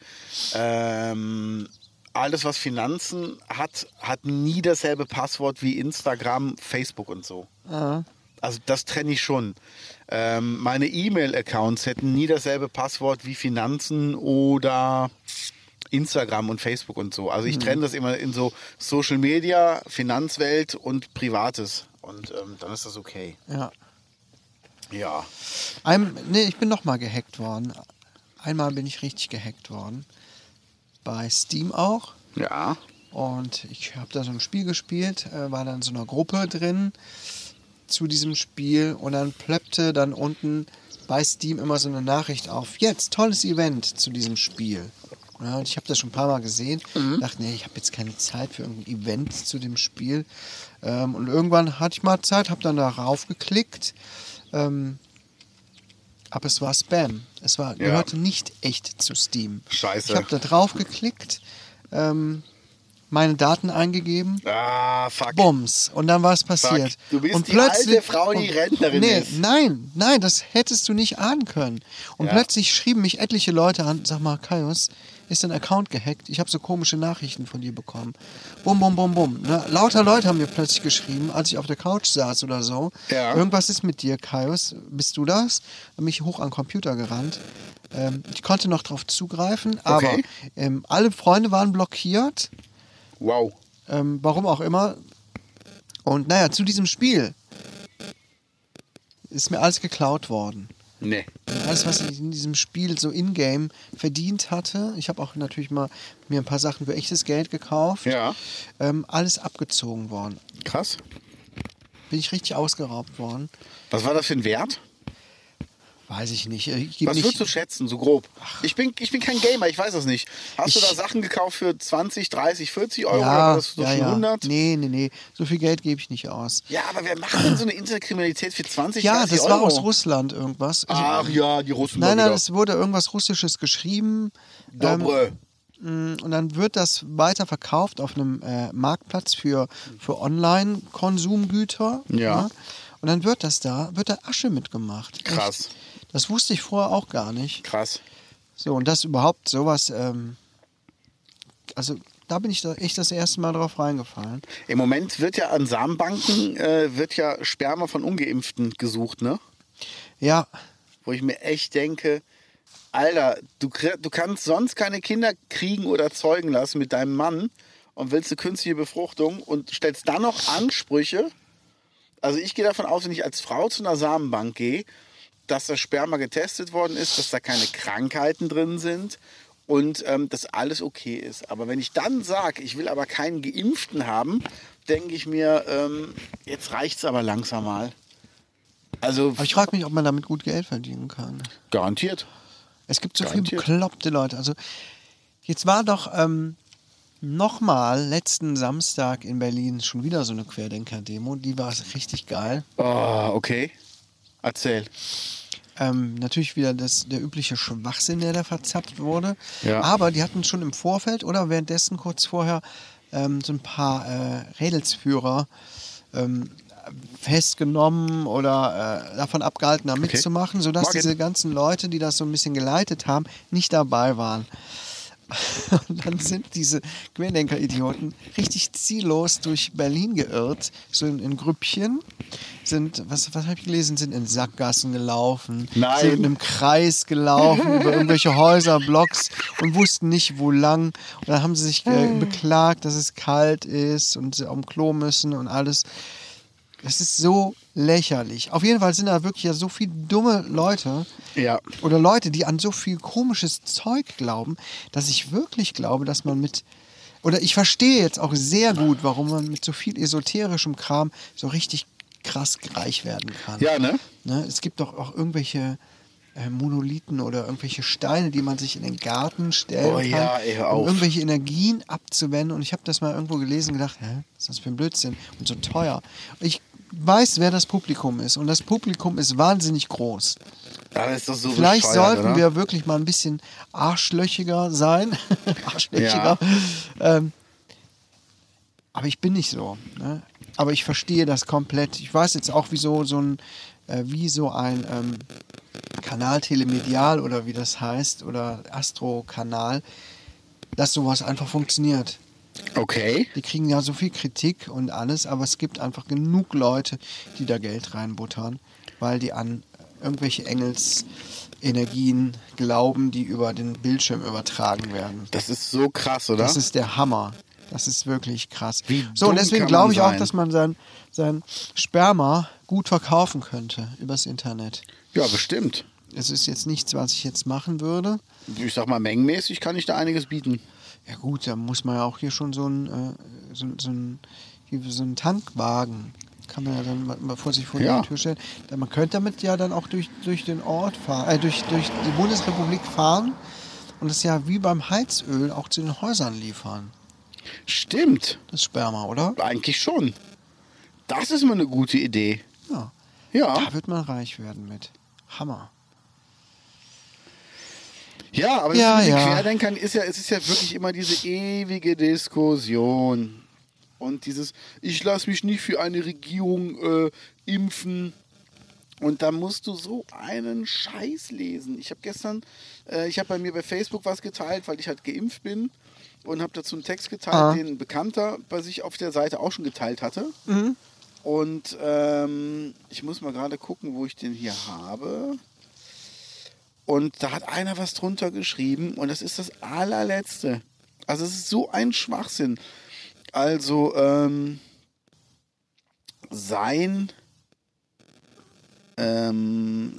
[SPEAKER 1] ähm, alles, was Finanzen hat, hat nie dasselbe Passwort wie Instagram, Facebook und so. Also das trenne ich schon. Ähm, meine E-Mail-Accounts hätten nie dasselbe Passwort wie Finanzen oder Instagram und Facebook und so. Also ich
[SPEAKER 2] Mhm.
[SPEAKER 1] trenne das immer in so Social Media, Finanzwelt und Privates. Und ähm, dann ist das okay.
[SPEAKER 2] Ja.
[SPEAKER 1] Ja.
[SPEAKER 2] Ein, nee, ich bin nochmal gehackt worden. Einmal bin ich richtig gehackt worden. Bei Steam auch.
[SPEAKER 1] Ja.
[SPEAKER 2] Und ich habe da so ein Spiel gespielt, äh, war dann in so einer Gruppe drin zu diesem Spiel und dann plöppte dann unten bei Steam immer so eine Nachricht auf. Jetzt, tolles Event zu diesem Spiel. Ja, und ich habe das schon ein paar Mal gesehen. Dachte, nee, ich habe jetzt keine Zeit für irgendein Event zu dem Spiel. Ähm, und irgendwann hatte ich mal Zeit, habe dann darauf geklickt. Ähm, aber es war Spam. Es war,
[SPEAKER 1] Ja.
[SPEAKER 2] gehörte nicht echt zu Steam.
[SPEAKER 1] Scheiße.
[SPEAKER 2] Ich habe da drauf geklickt, ähm, meine Daten eingegeben,
[SPEAKER 1] Ah, fuck.
[SPEAKER 2] Bums. Und dann war es passiert.
[SPEAKER 1] Fuck, du bist
[SPEAKER 2] und
[SPEAKER 1] die alte Frau, die
[SPEAKER 2] und-
[SPEAKER 1] Rentnerin
[SPEAKER 2] nee,
[SPEAKER 1] ist.
[SPEAKER 2] Nein, nein, das hättest du nicht ahnen können. Und
[SPEAKER 1] Ja.
[SPEAKER 2] plötzlich schrieben mich etliche Leute an, sag mal, Kaius, ist dein Account gehackt? Ich habe so komische Nachrichten von dir bekommen. Bum, bum, bum, bum. Ne? Lauter Leute haben mir plötzlich geschrieben, als ich auf der Couch saß oder so.
[SPEAKER 1] Ja.
[SPEAKER 2] Irgendwas ist mit dir, Kaius. Bist du das? Hab mich hoch an den Computer gerannt. Ähm, ich konnte noch drauf zugreifen, aber
[SPEAKER 1] Okay.
[SPEAKER 2] ähm, alle Freunde waren blockiert.
[SPEAKER 1] Wow.
[SPEAKER 2] Ähm, warum auch immer. Und naja, zu diesem Spiel ist mir alles geklaut worden.
[SPEAKER 1] Nee.
[SPEAKER 2] Alles, was ich in diesem Spiel so in-game verdient hatte. Ich habe auch natürlich mal mir ein paar Sachen für echtes Geld gekauft.
[SPEAKER 1] Ja.
[SPEAKER 2] Ähm, alles abgezogen worden.
[SPEAKER 1] Krass.
[SPEAKER 2] Bin ich richtig ausgeraubt worden?
[SPEAKER 1] Was war das für ein Wert?
[SPEAKER 2] Weiß ich nicht. Äh, Ich gebe
[SPEAKER 1] Was
[SPEAKER 2] nicht.
[SPEAKER 1] würdest du schätzen, so grob? Ich bin, ich bin kein Gamer, ich weiß das nicht. Hast du
[SPEAKER 2] Ich-
[SPEAKER 1] da Sachen gekauft für 20, 30, 40 Euro? oder
[SPEAKER 2] ja,
[SPEAKER 1] war das so
[SPEAKER 2] ja,
[SPEAKER 1] schon
[SPEAKER 2] ja.
[SPEAKER 1] 100?
[SPEAKER 2] Nee, nee, nee. So viel Geld gebe ich nicht aus.
[SPEAKER 1] Ja, aber wer macht denn so eine Interkriminalität für 20,
[SPEAKER 2] Ja,
[SPEAKER 1] 30
[SPEAKER 2] das
[SPEAKER 1] Euro?
[SPEAKER 2] war aus Russland irgendwas. Also-
[SPEAKER 1] Ach ja, die Russen
[SPEAKER 2] Nein,
[SPEAKER 1] mal
[SPEAKER 2] nein,
[SPEAKER 1] wieder.
[SPEAKER 2] es wurde irgendwas Russisches geschrieben. Ähm,
[SPEAKER 1] Dobre.
[SPEAKER 2] Mm, Und dann wird das weiter verkauft auf einem äh, Marktplatz für, für Online-Konsumgüter.
[SPEAKER 1] Ja.
[SPEAKER 2] ne? Und dann wird das da, wird da Asche mitgemacht.
[SPEAKER 1] Krass.
[SPEAKER 2] Echt. Das wusste ich vorher auch gar nicht.
[SPEAKER 1] Krass.
[SPEAKER 2] So, und das überhaupt sowas, ähm, also da bin ich da echt das erste Mal drauf reingefallen.
[SPEAKER 1] Im Moment wird ja an Samenbanken äh, wird ja Sperma von Ungeimpften gesucht, ne?
[SPEAKER 2] Ja,
[SPEAKER 1] Wo ich mir echt denke, Alter, du, krie- du kannst sonst keine Kinder kriegen oder zeugen lassen mit deinem Mann und willst eine künstliche Befruchtung und stellst dann noch Ansprüche. Also ich gehe davon aus, wenn ich als Frau zu einer Samenbank gehe, dass das Sperma getestet worden ist, dass da keine Krankheiten drin sind und ähm, dass alles okay ist. Aber wenn ich dann sage, ich will aber keinen Geimpften haben, denke ich mir, ähm, jetzt reicht es aber langsam mal. Also
[SPEAKER 2] aber ich frage mich, ob man damit gut Geld verdienen kann.
[SPEAKER 1] garantiert.
[SPEAKER 2] Es gibt so
[SPEAKER 1] Garantiert.
[SPEAKER 2] viele bekloppte Leute. Also, jetzt war doch ähm, nochmal letzten Samstag in Berlin schon wieder so eine Querdenker-Demo. Die war richtig geil.
[SPEAKER 1] Ah, okay. Erzähl.
[SPEAKER 2] Ähm, natürlich wieder das, der übliche Schwachsinn, der da verzapft wurde.
[SPEAKER 1] Ja.
[SPEAKER 2] Aber die hatten schon im Vorfeld oder währenddessen kurz vorher ähm, so ein paar äh, Rädelsführer ähm, festgenommen oder äh, davon abgehalten, da mitzumachen, sodass
[SPEAKER 1] Morgen.
[SPEAKER 2] diese ganzen Leute, die das so ein bisschen geleitet haben, nicht dabei waren. Und dann sind diese Querdenker-Idioten richtig ziellos durch Berlin geirrt, so in, in Grüppchen, sind, was, was habe ich gelesen, sind in Sackgassen gelaufen,
[SPEAKER 1] Nein.
[SPEAKER 2] sind in einem Kreis gelaufen, über irgendwelche Häuserblocks und wussten nicht, wo lang. Und dann haben sie sich äh, beklagt, dass es kalt ist und sie auf dem Klo müssen und alles. Das ist so lächerlich. Auf jeden Fall sind da wirklich ja so viele dumme Leute
[SPEAKER 1] Ja.
[SPEAKER 2] oder Leute, die an so viel komisches Zeug glauben, dass ich wirklich glaube, dass man mit oder ich verstehe jetzt auch sehr gut, warum man mit so viel esoterischem Kram so richtig krass reich werden kann.
[SPEAKER 1] Ja, ne?
[SPEAKER 2] ne es gibt doch auch irgendwelche äh, Monolithen oder irgendwelche Steine, die man sich in den Garten stellen
[SPEAKER 1] Oh
[SPEAKER 2] kann,
[SPEAKER 1] ja, ey, hör
[SPEAKER 2] um
[SPEAKER 1] auf.
[SPEAKER 2] irgendwelche Energien abzuwenden. Und ich habe das mal irgendwo gelesen und gedacht, hä, was ist das für ein Blödsinn und so teuer. Ich weiß, wer das Publikum ist und das Publikum ist wahnsinnig groß.
[SPEAKER 1] Das ist doch so
[SPEAKER 2] Vielleicht
[SPEAKER 1] bescheuert,
[SPEAKER 2] sollten
[SPEAKER 1] oder?
[SPEAKER 2] wir wirklich mal ein bisschen arschlöchiger sein. arschlöchiger. Ähm, aber ich bin nicht so. Ne? Aber ich verstehe das komplett. Ich weiß jetzt auch, wieso so ein, äh, wie so ein ähm, Kanal Telemedial oder wie das heißt, oder Astro-Kanal, dass sowas einfach funktioniert.
[SPEAKER 1] Okay.
[SPEAKER 2] Die kriegen ja so viel Kritik und alles, aber es gibt einfach genug Leute, die da Geld reinbuttern, weil die an irgendwelche Engelsenergien glauben, die über den Bildschirm übertragen werden.
[SPEAKER 1] Das ist so krass, oder?
[SPEAKER 2] Das ist der Hammer. Das ist wirklich krass.
[SPEAKER 1] Wie
[SPEAKER 2] so,
[SPEAKER 1] dumm
[SPEAKER 2] und deswegen
[SPEAKER 1] kann
[SPEAKER 2] glaube
[SPEAKER 1] man
[SPEAKER 2] ich auch,
[SPEAKER 1] sein?
[SPEAKER 2] dass man sein, sein Sperma gut verkaufen könnte übers Internet.
[SPEAKER 1] ja, bestimmt.
[SPEAKER 2] Es ist jetzt nichts, was ich jetzt machen würde.
[SPEAKER 1] Ich sag mal, mengenmäßig kann ich da einiges bieten.
[SPEAKER 2] Ja gut, da muss man ja auch hier schon so einen, äh, so, so einen, hier so einen Tankwagen, kann man ja dann mal- mal vor sich vor
[SPEAKER 1] Ja.
[SPEAKER 2] die Tür stellen. Da- Man könnte damit ja dann auch durch, durch den Ort fahren, äh, durch, durch die Bundesrepublik fahren und das ja wie beim Heizöl auch zu den Häusern liefern.
[SPEAKER 1] Stimmt.
[SPEAKER 2] Das Sperma, oder?
[SPEAKER 1] Eigentlich schon. Das ist mal eine gute Idee.
[SPEAKER 2] Ja.
[SPEAKER 1] Ja.
[SPEAKER 2] Da wird man reich werden mit. Hammer.
[SPEAKER 1] Ja, aber
[SPEAKER 2] Ja,
[SPEAKER 1] das mit den
[SPEAKER 2] ja.
[SPEAKER 1] Querdenkern ist ja, es ist ja wirklich immer diese ewige Diskussion. Und dieses, ich lasse mich nicht für eine Regierung äh, impfen. Und da musst du so einen Scheiß lesen. Ich habe gestern, äh, ich habe bei mir bei Facebook was geteilt, weil ich halt geimpft bin und habe dazu einen Text geteilt,
[SPEAKER 2] Ah.
[SPEAKER 1] den ein Bekannter bei sich auf der Seite auch schon geteilt hatte. Und ähm, ich muss mal gerade gucken, wo ich den hier habe. Und da hat einer was drunter geschrieben und das ist das allerletzte. Also es ist so ein Schwachsinn. Also ähm, sein ähm,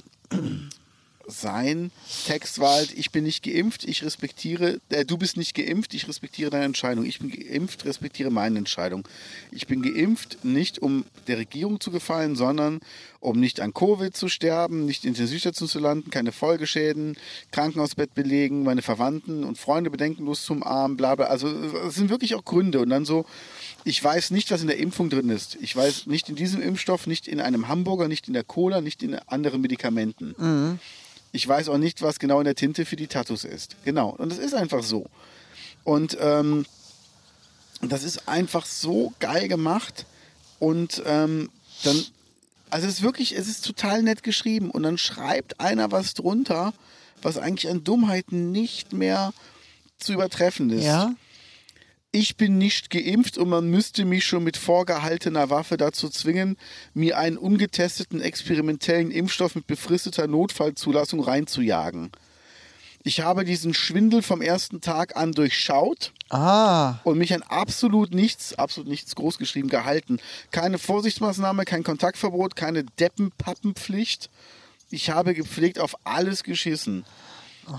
[SPEAKER 1] sein Text war halt, ich bin nicht geimpft, ich respektiere, äh, du bist nicht geimpft, ich respektiere deine Entscheidung. Ich bin geimpft, respektiere meine Entscheidung. Ich bin geimpft, nicht um der Regierung zu gefallen, sondern um nicht an Covid zu sterben, nicht in Intensivstation zu landen, keine Folgeschäden, Krankenhausbett belegen, meine Verwandten und Freunde bedenkenlos zum Arm, bla bla. Also es sind wirklich auch Gründe. Und dann so, ich weiß nicht, was in der Impfung drin ist. Ich weiß nicht in diesem Impfstoff, nicht in einem Hamburger, nicht in der Cola, nicht in anderen Medikamenten. Ich weiß auch nicht, was genau in der Tinte für die Tattoos ist. Genau. Und es ist einfach so. Und ähm, das ist einfach so geil gemacht. Und ähm, dann, also es ist wirklich, es ist total nett geschrieben. Und dann schreibt einer was drunter, was eigentlich an Dummheiten nicht mehr zu übertreffen ist.
[SPEAKER 2] Ja?
[SPEAKER 1] ich bin nicht geimpft und man müsste mich schon mit vorgehaltener Waffe dazu zwingen, mir einen ungetesteten experimentellen Impfstoff mit befristeter Notfallzulassung reinzujagen. Ich habe diesen Schwindel vom ersten Tag an durchschaut
[SPEAKER 2] Ah,
[SPEAKER 1] und mich an absolut nichts, absolut nichts großgeschrieben gehalten. Keine Vorsichtsmaßnahme, kein Kontaktverbot, keine Deppenpappenpflicht. Ich habe gepflegt auf alles geschissen.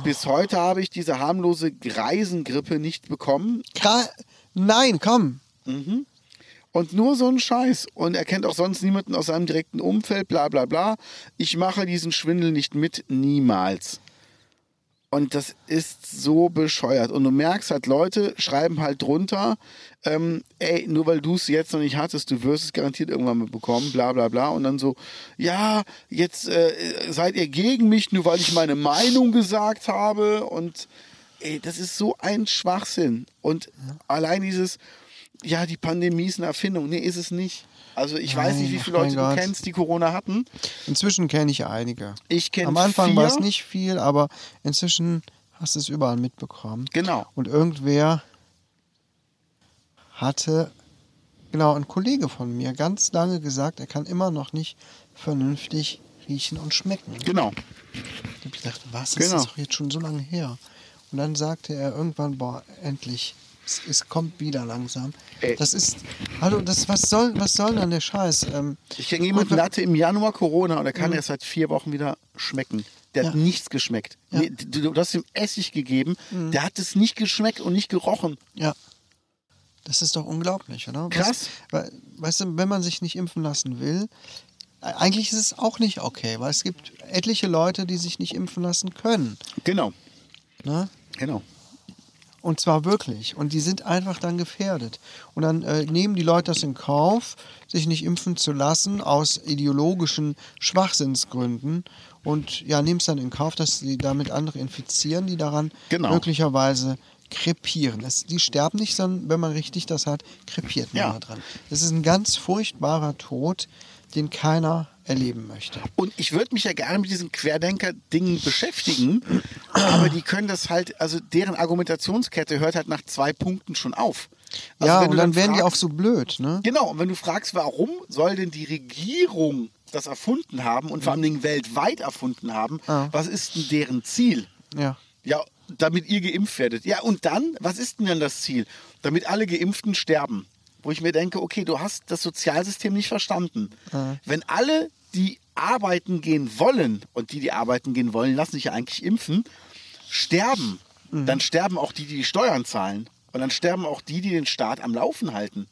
[SPEAKER 1] Bis heute habe ich diese harmlose Greisengrippe nicht bekommen
[SPEAKER 2] Gra nein, komm.
[SPEAKER 1] und nur so ein Scheiß. Und er kennt auch sonst niemanden aus seinem direkten Umfeld, bla bla bla. Ich mache diesen Schwindel nicht mit, niemals. Und das ist so bescheuert. Und du merkst halt, Leute schreiben halt drunter, ähm, ey, nur weil du es jetzt noch nicht hattest, du wirst es garantiert irgendwann mal bekommen, bla bla bla. Und dann so, ja, jetzt äh, seid ihr gegen mich, nur weil ich meine Meinung gesagt habe. Und ey, das ist so ein Schwachsinn. Und allein dieses, ja, die Pandemie ist eine Erfindung. Nee, ist es nicht. Also ich weiß
[SPEAKER 2] Nein,
[SPEAKER 1] nicht, wie viele
[SPEAKER 2] ach
[SPEAKER 1] Leute
[SPEAKER 2] mein
[SPEAKER 1] du
[SPEAKER 2] Gott.
[SPEAKER 1] kennst, die Corona hatten.
[SPEAKER 2] Inzwischen kenne ich einige.
[SPEAKER 1] Ich kenne
[SPEAKER 2] Am Anfang
[SPEAKER 1] vier.
[SPEAKER 2] war es nicht viel, aber inzwischen hast du es überall mitbekommen.
[SPEAKER 1] Genau.
[SPEAKER 2] Und irgendwer hatte, genau, ein Kollege von mir ganz lange gesagt, er kann immer noch nicht vernünftig riechen und schmecken.
[SPEAKER 1] Genau.
[SPEAKER 2] Ich habe gedacht, was ist
[SPEAKER 1] Genau.
[SPEAKER 2] das doch jetzt schon so lange her? Und dann sagte er irgendwann, boah, endlich, es, es kommt wieder langsam.
[SPEAKER 1] Ey.
[SPEAKER 2] Das ist, hallo, das, was soll, was soll denn der Scheiß? Ähm,
[SPEAKER 1] Ich kenne jemanden, der hatte im Januar Corona und er kann erst seit vier Wochen wieder schmecken. Der hat
[SPEAKER 2] Ja.
[SPEAKER 1] nichts geschmeckt.
[SPEAKER 2] Ja. Mhm.
[SPEAKER 1] Nee, du, du hast ihm Essig gegeben, der hat es nicht geschmeckt und nicht gerochen.
[SPEAKER 2] Ja. Das ist doch unglaublich, oder?
[SPEAKER 1] Krass.
[SPEAKER 2] Was, we- weißt du, wenn man sich nicht impfen lassen will, e- eigentlich ist es auch nicht okay, weil es gibt etliche Leute, die sich nicht impfen lassen können.
[SPEAKER 1] Genau.
[SPEAKER 2] Ne?
[SPEAKER 1] Genau.
[SPEAKER 2] Und zwar wirklich. Und die sind einfach dann gefährdet. Und dann äh, nehmen die Leute das in Kauf, sich nicht impfen zu lassen, aus ideologischen Schwachsinnsgründen. Und ja, nehmen es dann in Kauf, dass sie damit andere infizieren, die daran
[SPEAKER 1] Genau.
[SPEAKER 2] möglicherweise krepieren. Es, die sterben nicht, sondern wenn man richtig das hat, krepiert man
[SPEAKER 1] Ja.
[SPEAKER 2] da dran. Das ist ein ganz furchtbarer Tod, den keiner erleben möchte.
[SPEAKER 1] Und ich würde mich ja gerne mit diesen Querdenker-Dingen beschäftigen, aber die können das halt, also deren Argumentationskette hört halt nach zwei Punkten schon auf. Also
[SPEAKER 2] ja,
[SPEAKER 1] wenn du
[SPEAKER 2] und dann werden die
[SPEAKER 1] fragst-
[SPEAKER 2] auch so blöd, ne?
[SPEAKER 1] Genau, und wenn du fragst, warum soll denn die Regierung das erfunden haben
[SPEAKER 2] Mhm.
[SPEAKER 1] und vor allen Dingen weltweit erfunden haben,
[SPEAKER 2] Ah.
[SPEAKER 1] was ist denn deren Ziel?
[SPEAKER 2] Ja.
[SPEAKER 1] Ja, damit ihr geimpft werdet. Ja, und dann, was ist denn dann das Ziel? Damit alle Geimpften sterben. Wo ich mir denke, okay, du hast das Sozialsystem nicht verstanden. Wenn alle, die arbeiten gehen wollen, und die, die arbeiten gehen wollen, lassen sich ja eigentlich impfen, sterben, dann sterben auch die, die die Steuern zahlen. Und dann sterben auch die, die den Staat am Laufen halten.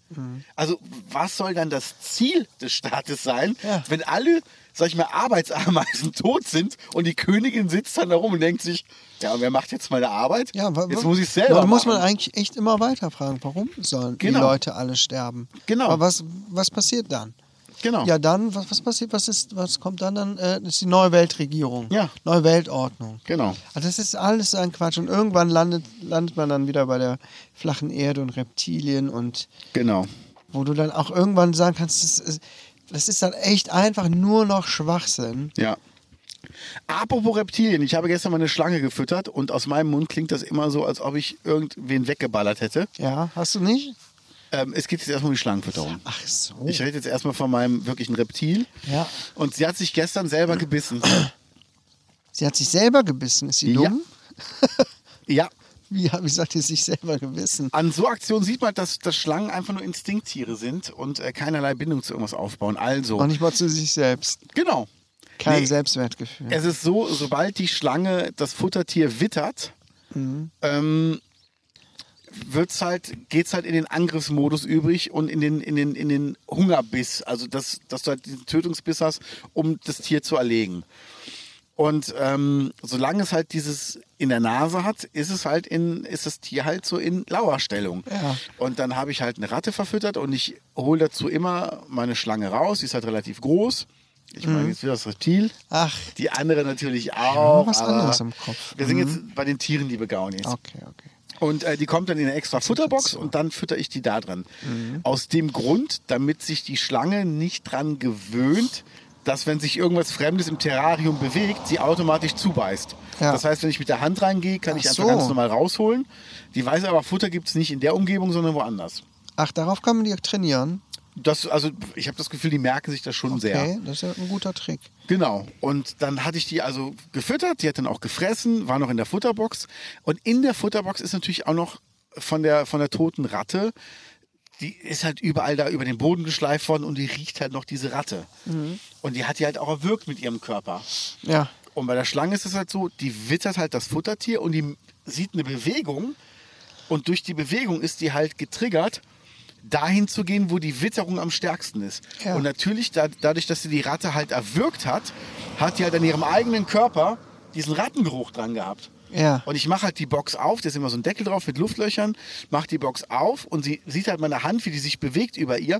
[SPEAKER 1] Also was soll dann das Ziel des Staates sein,
[SPEAKER 2] Ja.
[SPEAKER 1] wenn alle, sag ich mal, Arbeitsameisen tot sind und die Königin sitzt dann da rum und denkt sich, ja, und wer macht jetzt meine Arbeit?
[SPEAKER 2] Ja, wa-
[SPEAKER 1] jetzt
[SPEAKER 2] wa-
[SPEAKER 1] muss ich selber
[SPEAKER 2] Dann muss man
[SPEAKER 1] machen.
[SPEAKER 2] eigentlich echt immer weiter fragen, warum sollen
[SPEAKER 1] Genau.
[SPEAKER 2] die Leute alle sterben?
[SPEAKER 1] Genau.
[SPEAKER 2] Aber was, was passiert dann?
[SPEAKER 1] Genau.
[SPEAKER 2] Ja, dann, was, was passiert, was ist, was kommt dann? Dann äh, ist die neue Weltregierung.
[SPEAKER 1] Ja.
[SPEAKER 2] Neue Weltordnung.
[SPEAKER 1] Genau.
[SPEAKER 2] Also das ist alles so ein Quatsch. Und irgendwann landet, landet man dann wieder bei der flachen Erde und Reptilien und
[SPEAKER 1] Genau.
[SPEAKER 2] wo du dann auch irgendwann sagen kannst, das ist, das ist dann echt einfach nur noch Schwachsinn.
[SPEAKER 1] Ja. Apropos Reptilien, ich habe gestern meine Schlange gefüttert und aus meinem Mund klingt das immer so, als ob ich irgendwen weggeballert hätte.
[SPEAKER 2] Ja, hast du nicht?
[SPEAKER 1] Ähm, es geht jetzt erstmal um die Schlangenfütterung.
[SPEAKER 2] Ach so.
[SPEAKER 1] Ich rede jetzt erstmal von meinem wirklichen Reptil.
[SPEAKER 2] Oh. Ja.
[SPEAKER 1] Und sie hat sich gestern selber gebissen.
[SPEAKER 2] Sie hat sich selber gebissen. Ist sie
[SPEAKER 1] Ja.
[SPEAKER 2] dumm?
[SPEAKER 1] ja.
[SPEAKER 2] Wie, wie sagt sie sich selber gebissen?
[SPEAKER 1] An so Aktionen sieht man, dass, dass Schlangen einfach nur Instinkttiere sind und äh, keinerlei Bindung zu irgendwas aufbauen.
[SPEAKER 2] Auch
[SPEAKER 1] Also,
[SPEAKER 2] nicht mal zu sich selbst.
[SPEAKER 1] genau.
[SPEAKER 2] Kein
[SPEAKER 1] Nee.
[SPEAKER 2] Selbstwertgefühl.
[SPEAKER 1] Es ist so, sobald die Schlange das Futtertier wittert, ähm, wird's halt, geht's halt in den Angriffsmodus übrig und in den, in den, in den Hungerbiss. Also, dass, dass du halt diesen Tötungsbiss hast, um das Tier zu erlegen. Und ähm, solange es halt dieses in der Nase hat, ist es halt in, ist das Tier halt so in Lauerstellung.
[SPEAKER 2] Ja.
[SPEAKER 1] Und dann habe ich halt eine Ratte verfüttert und ich hole dazu immer meine Schlange raus. Die ist halt relativ groß. Ich meine, jetzt wieder das Reptil.
[SPEAKER 2] Ach,
[SPEAKER 1] Die andere natürlich auch.
[SPEAKER 2] was
[SPEAKER 1] aber
[SPEAKER 2] anderes im Kopf. Mhm.
[SPEAKER 1] Wir sind jetzt bei den Tieren, die begauen jetzt.
[SPEAKER 2] okay, okay.
[SPEAKER 1] Und äh, die kommt dann in eine extra Futterbox und dann fütter ich
[SPEAKER 2] Mhm.
[SPEAKER 1] die da dran. Aus dem Grund, damit sich die Schlange nicht dran gewöhnt, dass wenn sich irgendwas Fremdes im Terrarium bewegt, sie automatisch zubeißt.
[SPEAKER 2] Ja.
[SPEAKER 1] Das heißt, wenn ich mit der Hand reingehe, kann ich
[SPEAKER 2] Ach
[SPEAKER 1] einfach
[SPEAKER 2] so.
[SPEAKER 1] ganz normal rausholen. Die weiß aber, Futter gibt es nicht in der Umgebung, sondern woanders.
[SPEAKER 2] Ach, darauf kann man die auch trainieren.
[SPEAKER 1] Das, also ich habe das Gefühl, die merken sich das schon sehr.
[SPEAKER 2] Okay, das ist ja ein guter Trick.
[SPEAKER 1] Genau. Und dann hatte ich die also gefüttert, die hat dann auch gefressen, war noch in der Futterbox. Und in der Futterbox ist natürlich auch noch von der, von der toten Ratte, die ist halt überall da über den Boden geschleift worden und die riecht halt noch diese Ratte. Und die hat die halt auch erwürgt mit ihrem Körper.
[SPEAKER 2] Ja.
[SPEAKER 1] Und bei der Schlange ist es halt so, die wittert halt das Futtertier und die sieht eine Bewegung. Und durch die Bewegung ist die halt getriggert, dahin zu gehen, wo die Witterung am stärksten ist.
[SPEAKER 2] Ja.
[SPEAKER 1] Und natürlich, da, dadurch, dass sie die Ratte halt erwürgt hat, hat die halt an ihrem eigenen Körper diesen Rattengeruch dran gehabt.
[SPEAKER 2] Ja.
[SPEAKER 1] Und ich mache halt die Box auf, da ist immer so ein Deckel drauf mit Luftlöchern, mache die Box auf und sie sieht halt meine Hand, wie die sich bewegt über ihr.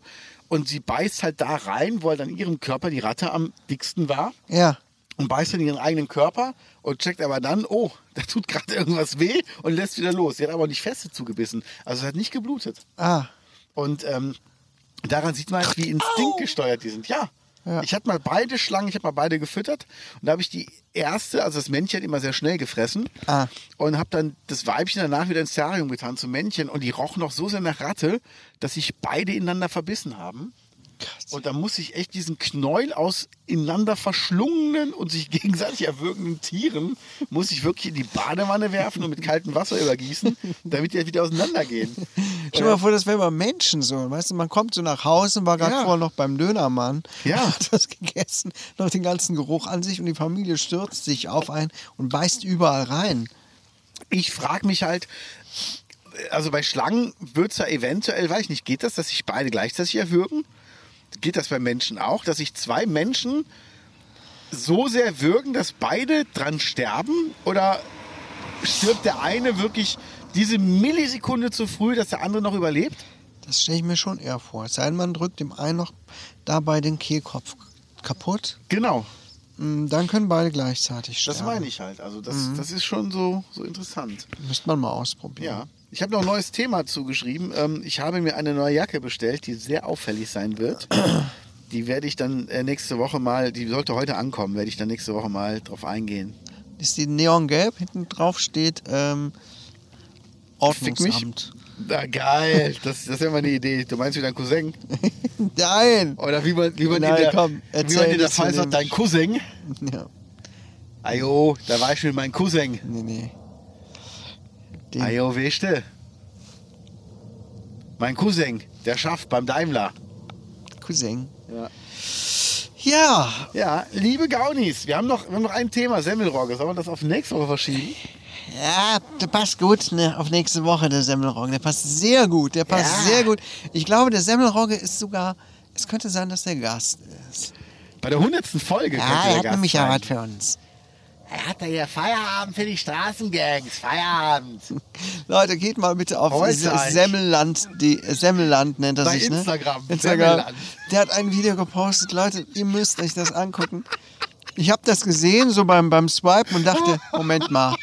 [SPEAKER 1] Und sie beißt halt da rein, wo halt an ihrem Körper die Ratte am dicksten war
[SPEAKER 2] Ja.
[SPEAKER 1] und beißt in ihren eigenen Körper und checkt aber dann, oh, da tut gerade irgendwas weh und lässt wieder los. Sie hat aber nicht feste zugebissen. Also es hat nicht geblutet.
[SPEAKER 2] Ah.
[SPEAKER 1] Und ähm, daran sieht man, halt, wie instinktgesteuert die sind. Ja.
[SPEAKER 2] Ja.
[SPEAKER 1] Ich hatte mal beide Schlangen, ich habe mal beide gefüttert und da habe ich die erste, also das Männchen hat immer sehr schnell gefressen
[SPEAKER 2] Ah.
[SPEAKER 1] und habe dann das Weibchen danach wieder ins Terrarium getan zum Männchen und die rochen noch so sehr nach Ratte, dass sich beide ineinander verbissen haben.
[SPEAKER 2] Krass.
[SPEAKER 1] Und da muss ich echt diesen Knäuel aus ineinander verschlungenen und sich gegenseitig erwürgenden Tieren, muss ich wirklich in die Badewanne werfen und mit kaltem Wasser übergießen, damit die halt wieder auseinandergehen.
[SPEAKER 2] Stell dir mal vor, das wäre bei Menschen so. Weißt du, man kommt so nach Hause und war gerade
[SPEAKER 1] Ja.
[SPEAKER 2] vorher noch beim Dönermann,
[SPEAKER 1] Ja.
[SPEAKER 2] hat das gegessen, noch den ganzen Geruch an sich und die Familie stürzt sich auf einen und beißt überall rein.
[SPEAKER 1] Ich frage mich halt, also bei Schlangen wird es ja eventuell, weiß ich nicht, geht das, dass sich beide gleichzeitig erwürgen? Geht das bei Menschen auch, dass sich zwei Menschen so sehr würgen, dass beide dran sterben? Oder stirbt der eine wirklich diese Millisekunde zu früh, dass der andere noch überlebt?
[SPEAKER 2] Das stelle ich mir schon eher vor. Es sei denn, man drückt dem einen noch dabei den Kehlkopf kaputt.
[SPEAKER 1] Genau,
[SPEAKER 2] Mm, Dann können beide gleichzeitig
[SPEAKER 1] das
[SPEAKER 2] sterben.
[SPEAKER 1] meine ich halt. Also das, das ist schon so, so interessant.
[SPEAKER 2] Müsste man mal ausprobieren.
[SPEAKER 1] Ja. Mhm. Ich habe noch ein neues Thema zugeschrieben. Ähm, ich habe mir eine neue Jacke bestellt, die sehr auffällig sein wird. Die werde ich dann äh, nächste Woche mal, die sollte heute ankommen, werde ich dann nächste Woche mal drauf eingehen.
[SPEAKER 2] Ist die neongelb, hinten drauf steht ähm,
[SPEAKER 1] Fick mich.
[SPEAKER 2] Ordnungsamt.
[SPEAKER 1] Na geil, das, das ist ja mal eine Idee. Du meinst wie dein Cousin?
[SPEAKER 2] Nein!
[SPEAKER 1] Oder wie man, wie man
[SPEAKER 2] Nein,
[SPEAKER 1] in der,
[SPEAKER 2] komm,
[SPEAKER 1] wie
[SPEAKER 2] erzähl
[SPEAKER 1] man in der
[SPEAKER 2] nicht
[SPEAKER 1] Fall
[SPEAKER 2] so
[SPEAKER 1] sagt, dein Cousin?
[SPEAKER 2] Ja,
[SPEAKER 1] Ajo, da war ich mit meinem Cousin.
[SPEAKER 2] nee, nee. Den-
[SPEAKER 1] Ajo, weißt du? Mein Cousin, der schafft beim Daimler.
[SPEAKER 2] Cousin.
[SPEAKER 1] Ja.
[SPEAKER 2] Ja,
[SPEAKER 1] Ja, liebe Gaunis, wir haben noch, wir haben noch ein Thema, Semmelrogge. Sollen wir das auf nächste Woche verschieben?
[SPEAKER 2] ja, der passt gut ne, auf nächste Woche, der Semmelrogge. Der passt sehr gut, der passt
[SPEAKER 1] Ja.
[SPEAKER 2] sehr gut. Ich glaube, der Semmelrogge ist sogar, es könnte sein, dass der Gast ist.
[SPEAKER 1] Bei der hundertsten Folge
[SPEAKER 2] Ja,
[SPEAKER 1] könnte der
[SPEAKER 2] er hat
[SPEAKER 1] Gast
[SPEAKER 2] nämlich ja
[SPEAKER 1] sein.
[SPEAKER 2] was für uns.
[SPEAKER 1] Er hat da hier Feierabend für die Straßengangs. Feierabend.
[SPEAKER 2] Leute, geht mal bitte auf
[SPEAKER 1] Heute
[SPEAKER 2] Se-
[SPEAKER 1] eigentlich.
[SPEAKER 2] Semmelland, die, äh, Semmelland nennt er
[SPEAKER 1] Bei
[SPEAKER 2] sich, ne?
[SPEAKER 1] Instagram,
[SPEAKER 2] Instagram.
[SPEAKER 1] Semmelland.
[SPEAKER 2] Der hat ein Video gepostet. Leute, ihr müsst euch das angucken. Ich habe das gesehen, so beim, beim Swipen und dachte, Moment mal,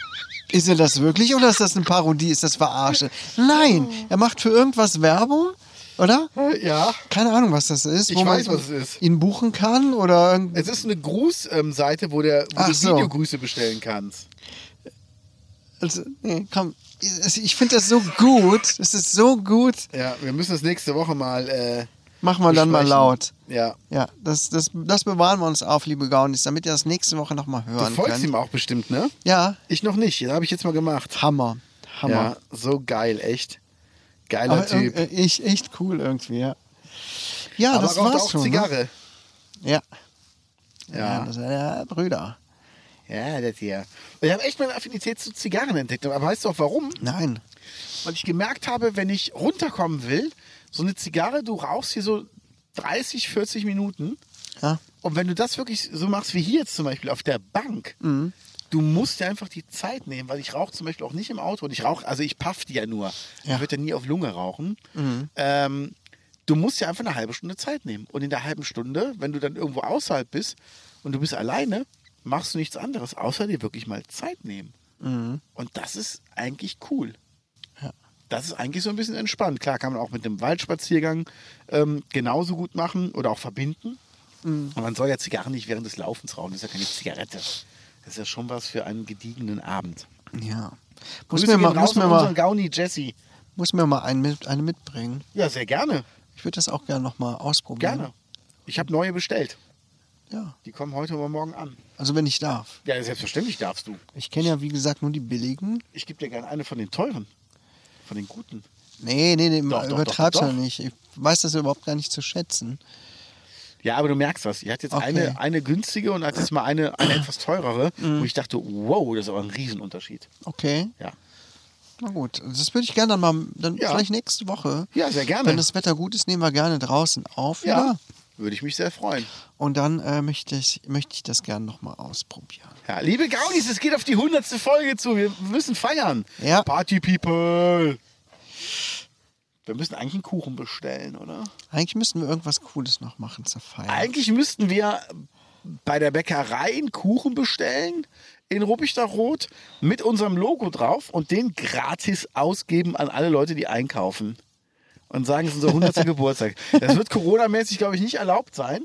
[SPEAKER 2] ist er das wirklich oder ist das eine Parodie? Ist das Verarsche? Nein, er macht für irgendwas Werbung, oder?
[SPEAKER 1] Ja.
[SPEAKER 2] Keine Ahnung, was das ist.
[SPEAKER 1] Ich weiß, was es ist.
[SPEAKER 2] ihn buchen kann oder irgend-
[SPEAKER 1] Es ist eine Grußseite, wo, der, wo
[SPEAKER 2] Ach
[SPEAKER 1] du
[SPEAKER 2] so.
[SPEAKER 1] Videogrüße bestellen kannst.
[SPEAKER 2] also, nee, komm. Ich finde das so gut. Es ist so gut.
[SPEAKER 1] Ja, wir müssen das nächste Woche mal. Äh,
[SPEAKER 2] Machen wir dann mal
[SPEAKER 1] besprechen.
[SPEAKER 2] laut.
[SPEAKER 1] Ja.
[SPEAKER 2] Ja, das, das, das bewahren wir uns auf, liebe Gaunis, damit ihr das nächste Woche nochmal
[SPEAKER 1] Du
[SPEAKER 2] hören
[SPEAKER 1] folgst
[SPEAKER 2] könnt.
[SPEAKER 1] ihm auch bestimmt, ne?
[SPEAKER 2] Ja,
[SPEAKER 1] Ich noch nicht. Das habe ich jetzt mal gemacht.
[SPEAKER 2] Hammer. Hammer.
[SPEAKER 1] Ja, so geil, echt. Geiler
[SPEAKER 2] Aber
[SPEAKER 1] Typ.
[SPEAKER 2] irg- äh, echt, echt cool irgendwie, ja. Ja,
[SPEAKER 1] Aber
[SPEAKER 2] das
[SPEAKER 1] raucht
[SPEAKER 2] war's
[SPEAKER 1] auch
[SPEAKER 2] schon. Ne?
[SPEAKER 1] Zigarre.
[SPEAKER 2] Ja.
[SPEAKER 1] Ja.
[SPEAKER 2] ja, das sind ja Brüder.
[SPEAKER 1] Ja, das hier. Und ich habe echt meine Affinität zu Zigarren entdeckt. Aber weißt du auch warum?
[SPEAKER 2] Nein.
[SPEAKER 1] weil ich gemerkt habe, wenn ich runterkommen will, so eine Zigarre, du rauchst hier so 30, 40 Minuten.
[SPEAKER 2] Ja.
[SPEAKER 1] Und wenn du das wirklich so machst wie hier jetzt zum Beispiel auf der Bank, du musst dir einfach die Zeit nehmen, weil ich rauche zum Beispiel auch nicht im Auto und ich rauche, also ich paff die ja nur.
[SPEAKER 2] Ja.
[SPEAKER 1] Ich würde ja nie auf Lunge rauchen. Ähm, du musst dir einfach eine halbe Stunde Zeit nehmen. Und in der halben Stunde, wenn du dann irgendwo außerhalb bist und du bist alleine, machst du nichts anderes, außer dir wirklich mal Zeit nehmen. Und das ist eigentlich cool. Das ist eigentlich so ein bisschen entspannt. Klar, kann man auch mit einem Waldspaziergang ähm, genauso gut machen oder auch verbinden.
[SPEAKER 2] Mhm.
[SPEAKER 1] Und man soll ja Zigarren nicht während des Laufens rauchen. Das ist ja keine Zigarette. Das ist ja schon was für einen gediegenen Abend.
[SPEAKER 2] Ja. Muss
[SPEAKER 1] Grüße
[SPEAKER 2] mir,
[SPEAKER 1] gehen
[SPEAKER 2] mal, muss,
[SPEAKER 1] raus
[SPEAKER 2] mir
[SPEAKER 1] an unseren
[SPEAKER 2] mal,
[SPEAKER 1] Gauni Jesse.
[SPEAKER 2] muss mir mal einen mit, eine mitbringen.
[SPEAKER 1] Ja, sehr gerne.
[SPEAKER 2] Ich würde das auch gerne nochmal ausprobieren.
[SPEAKER 1] Gerne. Ich habe neue bestellt.
[SPEAKER 2] Ja.
[SPEAKER 1] Die kommen heute oder morgen an.
[SPEAKER 2] Also wenn ich darf.
[SPEAKER 1] Ja, selbstverständlich darfst du.
[SPEAKER 2] Ich kenne ja, wie gesagt, nur die billigen.
[SPEAKER 1] Ich gebe dir gerne eine von den teuren. Von den guten.
[SPEAKER 2] Nee, nee, nee,
[SPEAKER 1] Doch, doch,
[SPEAKER 2] übertreib's
[SPEAKER 1] doch,
[SPEAKER 2] ja
[SPEAKER 1] doch.
[SPEAKER 2] nicht. Ich weiß das überhaupt gar nicht zu schätzen.
[SPEAKER 1] Ja, aber du merkst das. Ihr hat jetzt
[SPEAKER 2] Okay. Mhm.
[SPEAKER 1] eine, eine günstige und hat jetzt mal eine, eine etwas teurere, wo ich dachte, wow, das ist aber ein Riesenunterschied.
[SPEAKER 2] Okay,
[SPEAKER 1] Ja.
[SPEAKER 2] na gut. Das würde ich gerne dann mal, dann
[SPEAKER 1] Ja.
[SPEAKER 2] vielleicht nächste Woche.
[SPEAKER 1] Ja, sehr gerne.
[SPEAKER 2] Wenn das Wetter gut ist, nehmen wir gerne draußen auf.
[SPEAKER 1] ja.
[SPEAKER 2] wieder.
[SPEAKER 1] Würde ich mich sehr freuen.
[SPEAKER 2] Und dann äh, möchte, ich, möchte ich das gerne nochmal ausprobieren.
[SPEAKER 1] Ja, liebe Gaunis, es geht auf die hundertste Folge zu. Wir müssen feiern.
[SPEAKER 2] Ja.
[SPEAKER 1] Party People. Wir müssen eigentlich einen Kuchen bestellen, oder?
[SPEAKER 2] Eigentlich müssten wir irgendwas Cooles noch machen zur Feier.
[SPEAKER 1] Eigentlich müssten wir bei der Bäckerei einen Kuchen bestellen in Ruppichterrot mit unserem Logo drauf und den gratis ausgeben an alle Leute, die einkaufen. Und sagen, es ist unser 100. Geburtstag. Das wird Corona-mäßig, glaube ich, nicht erlaubt sein.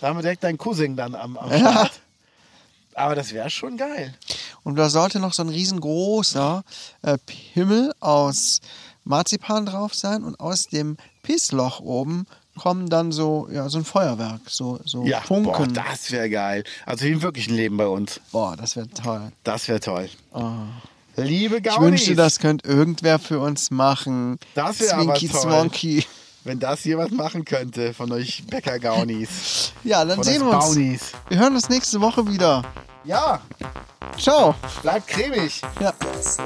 [SPEAKER 1] Da haben wir direkt deinen Cousin dann am, am Start. Aber das wäre schon geil.
[SPEAKER 2] Und da sollte noch so ein riesengroßer äh, Himmel aus Marzipan drauf sein und aus dem Pissloch oben kommen dann so, ja, so ein Feuerwerk, so, so
[SPEAKER 1] Ja, boah,
[SPEAKER 2] Funken.
[SPEAKER 1] das wäre geil. Also im wirklichen Leben bei uns.
[SPEAKER 2] Boah, das wäre toll.
[SPEAKER 1] Das wäre toll. Liebe
[SPEAKER 2] Oh. Ich
[SPEAKER 1] Gaunis,
[SPEAKER 2] wünschte, das könnte irgendwer für uns machen.
[SPEAKER 1] Das wär aber toll.
[SPEAKER 2] Zwonky.
[SPEAKER 1] wenn das jemand machen könnte von euch Bäcker-Gaunis.
[SPEAKER 2] Ja, dann
[SPEAKER 1] Von
[SPEAKER 2] sehen
[SPEAKER 1] euch
[SPEAKER 2] wir uns.
[SPEAKER 1] Baunis.
[SPEAKER 2] Wir hören uns nächste Woche wieder.
[SPEAKER 1] Ja,
[SPEAKER 2] Ciao.
[SPEAKER 1] bleibt cremig.
[SPEAKER 2] Ja.
[SPEAKER 3] Podcast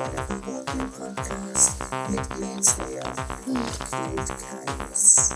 [SPEAKER 3] mit Lance Meyer. Gut geht keines.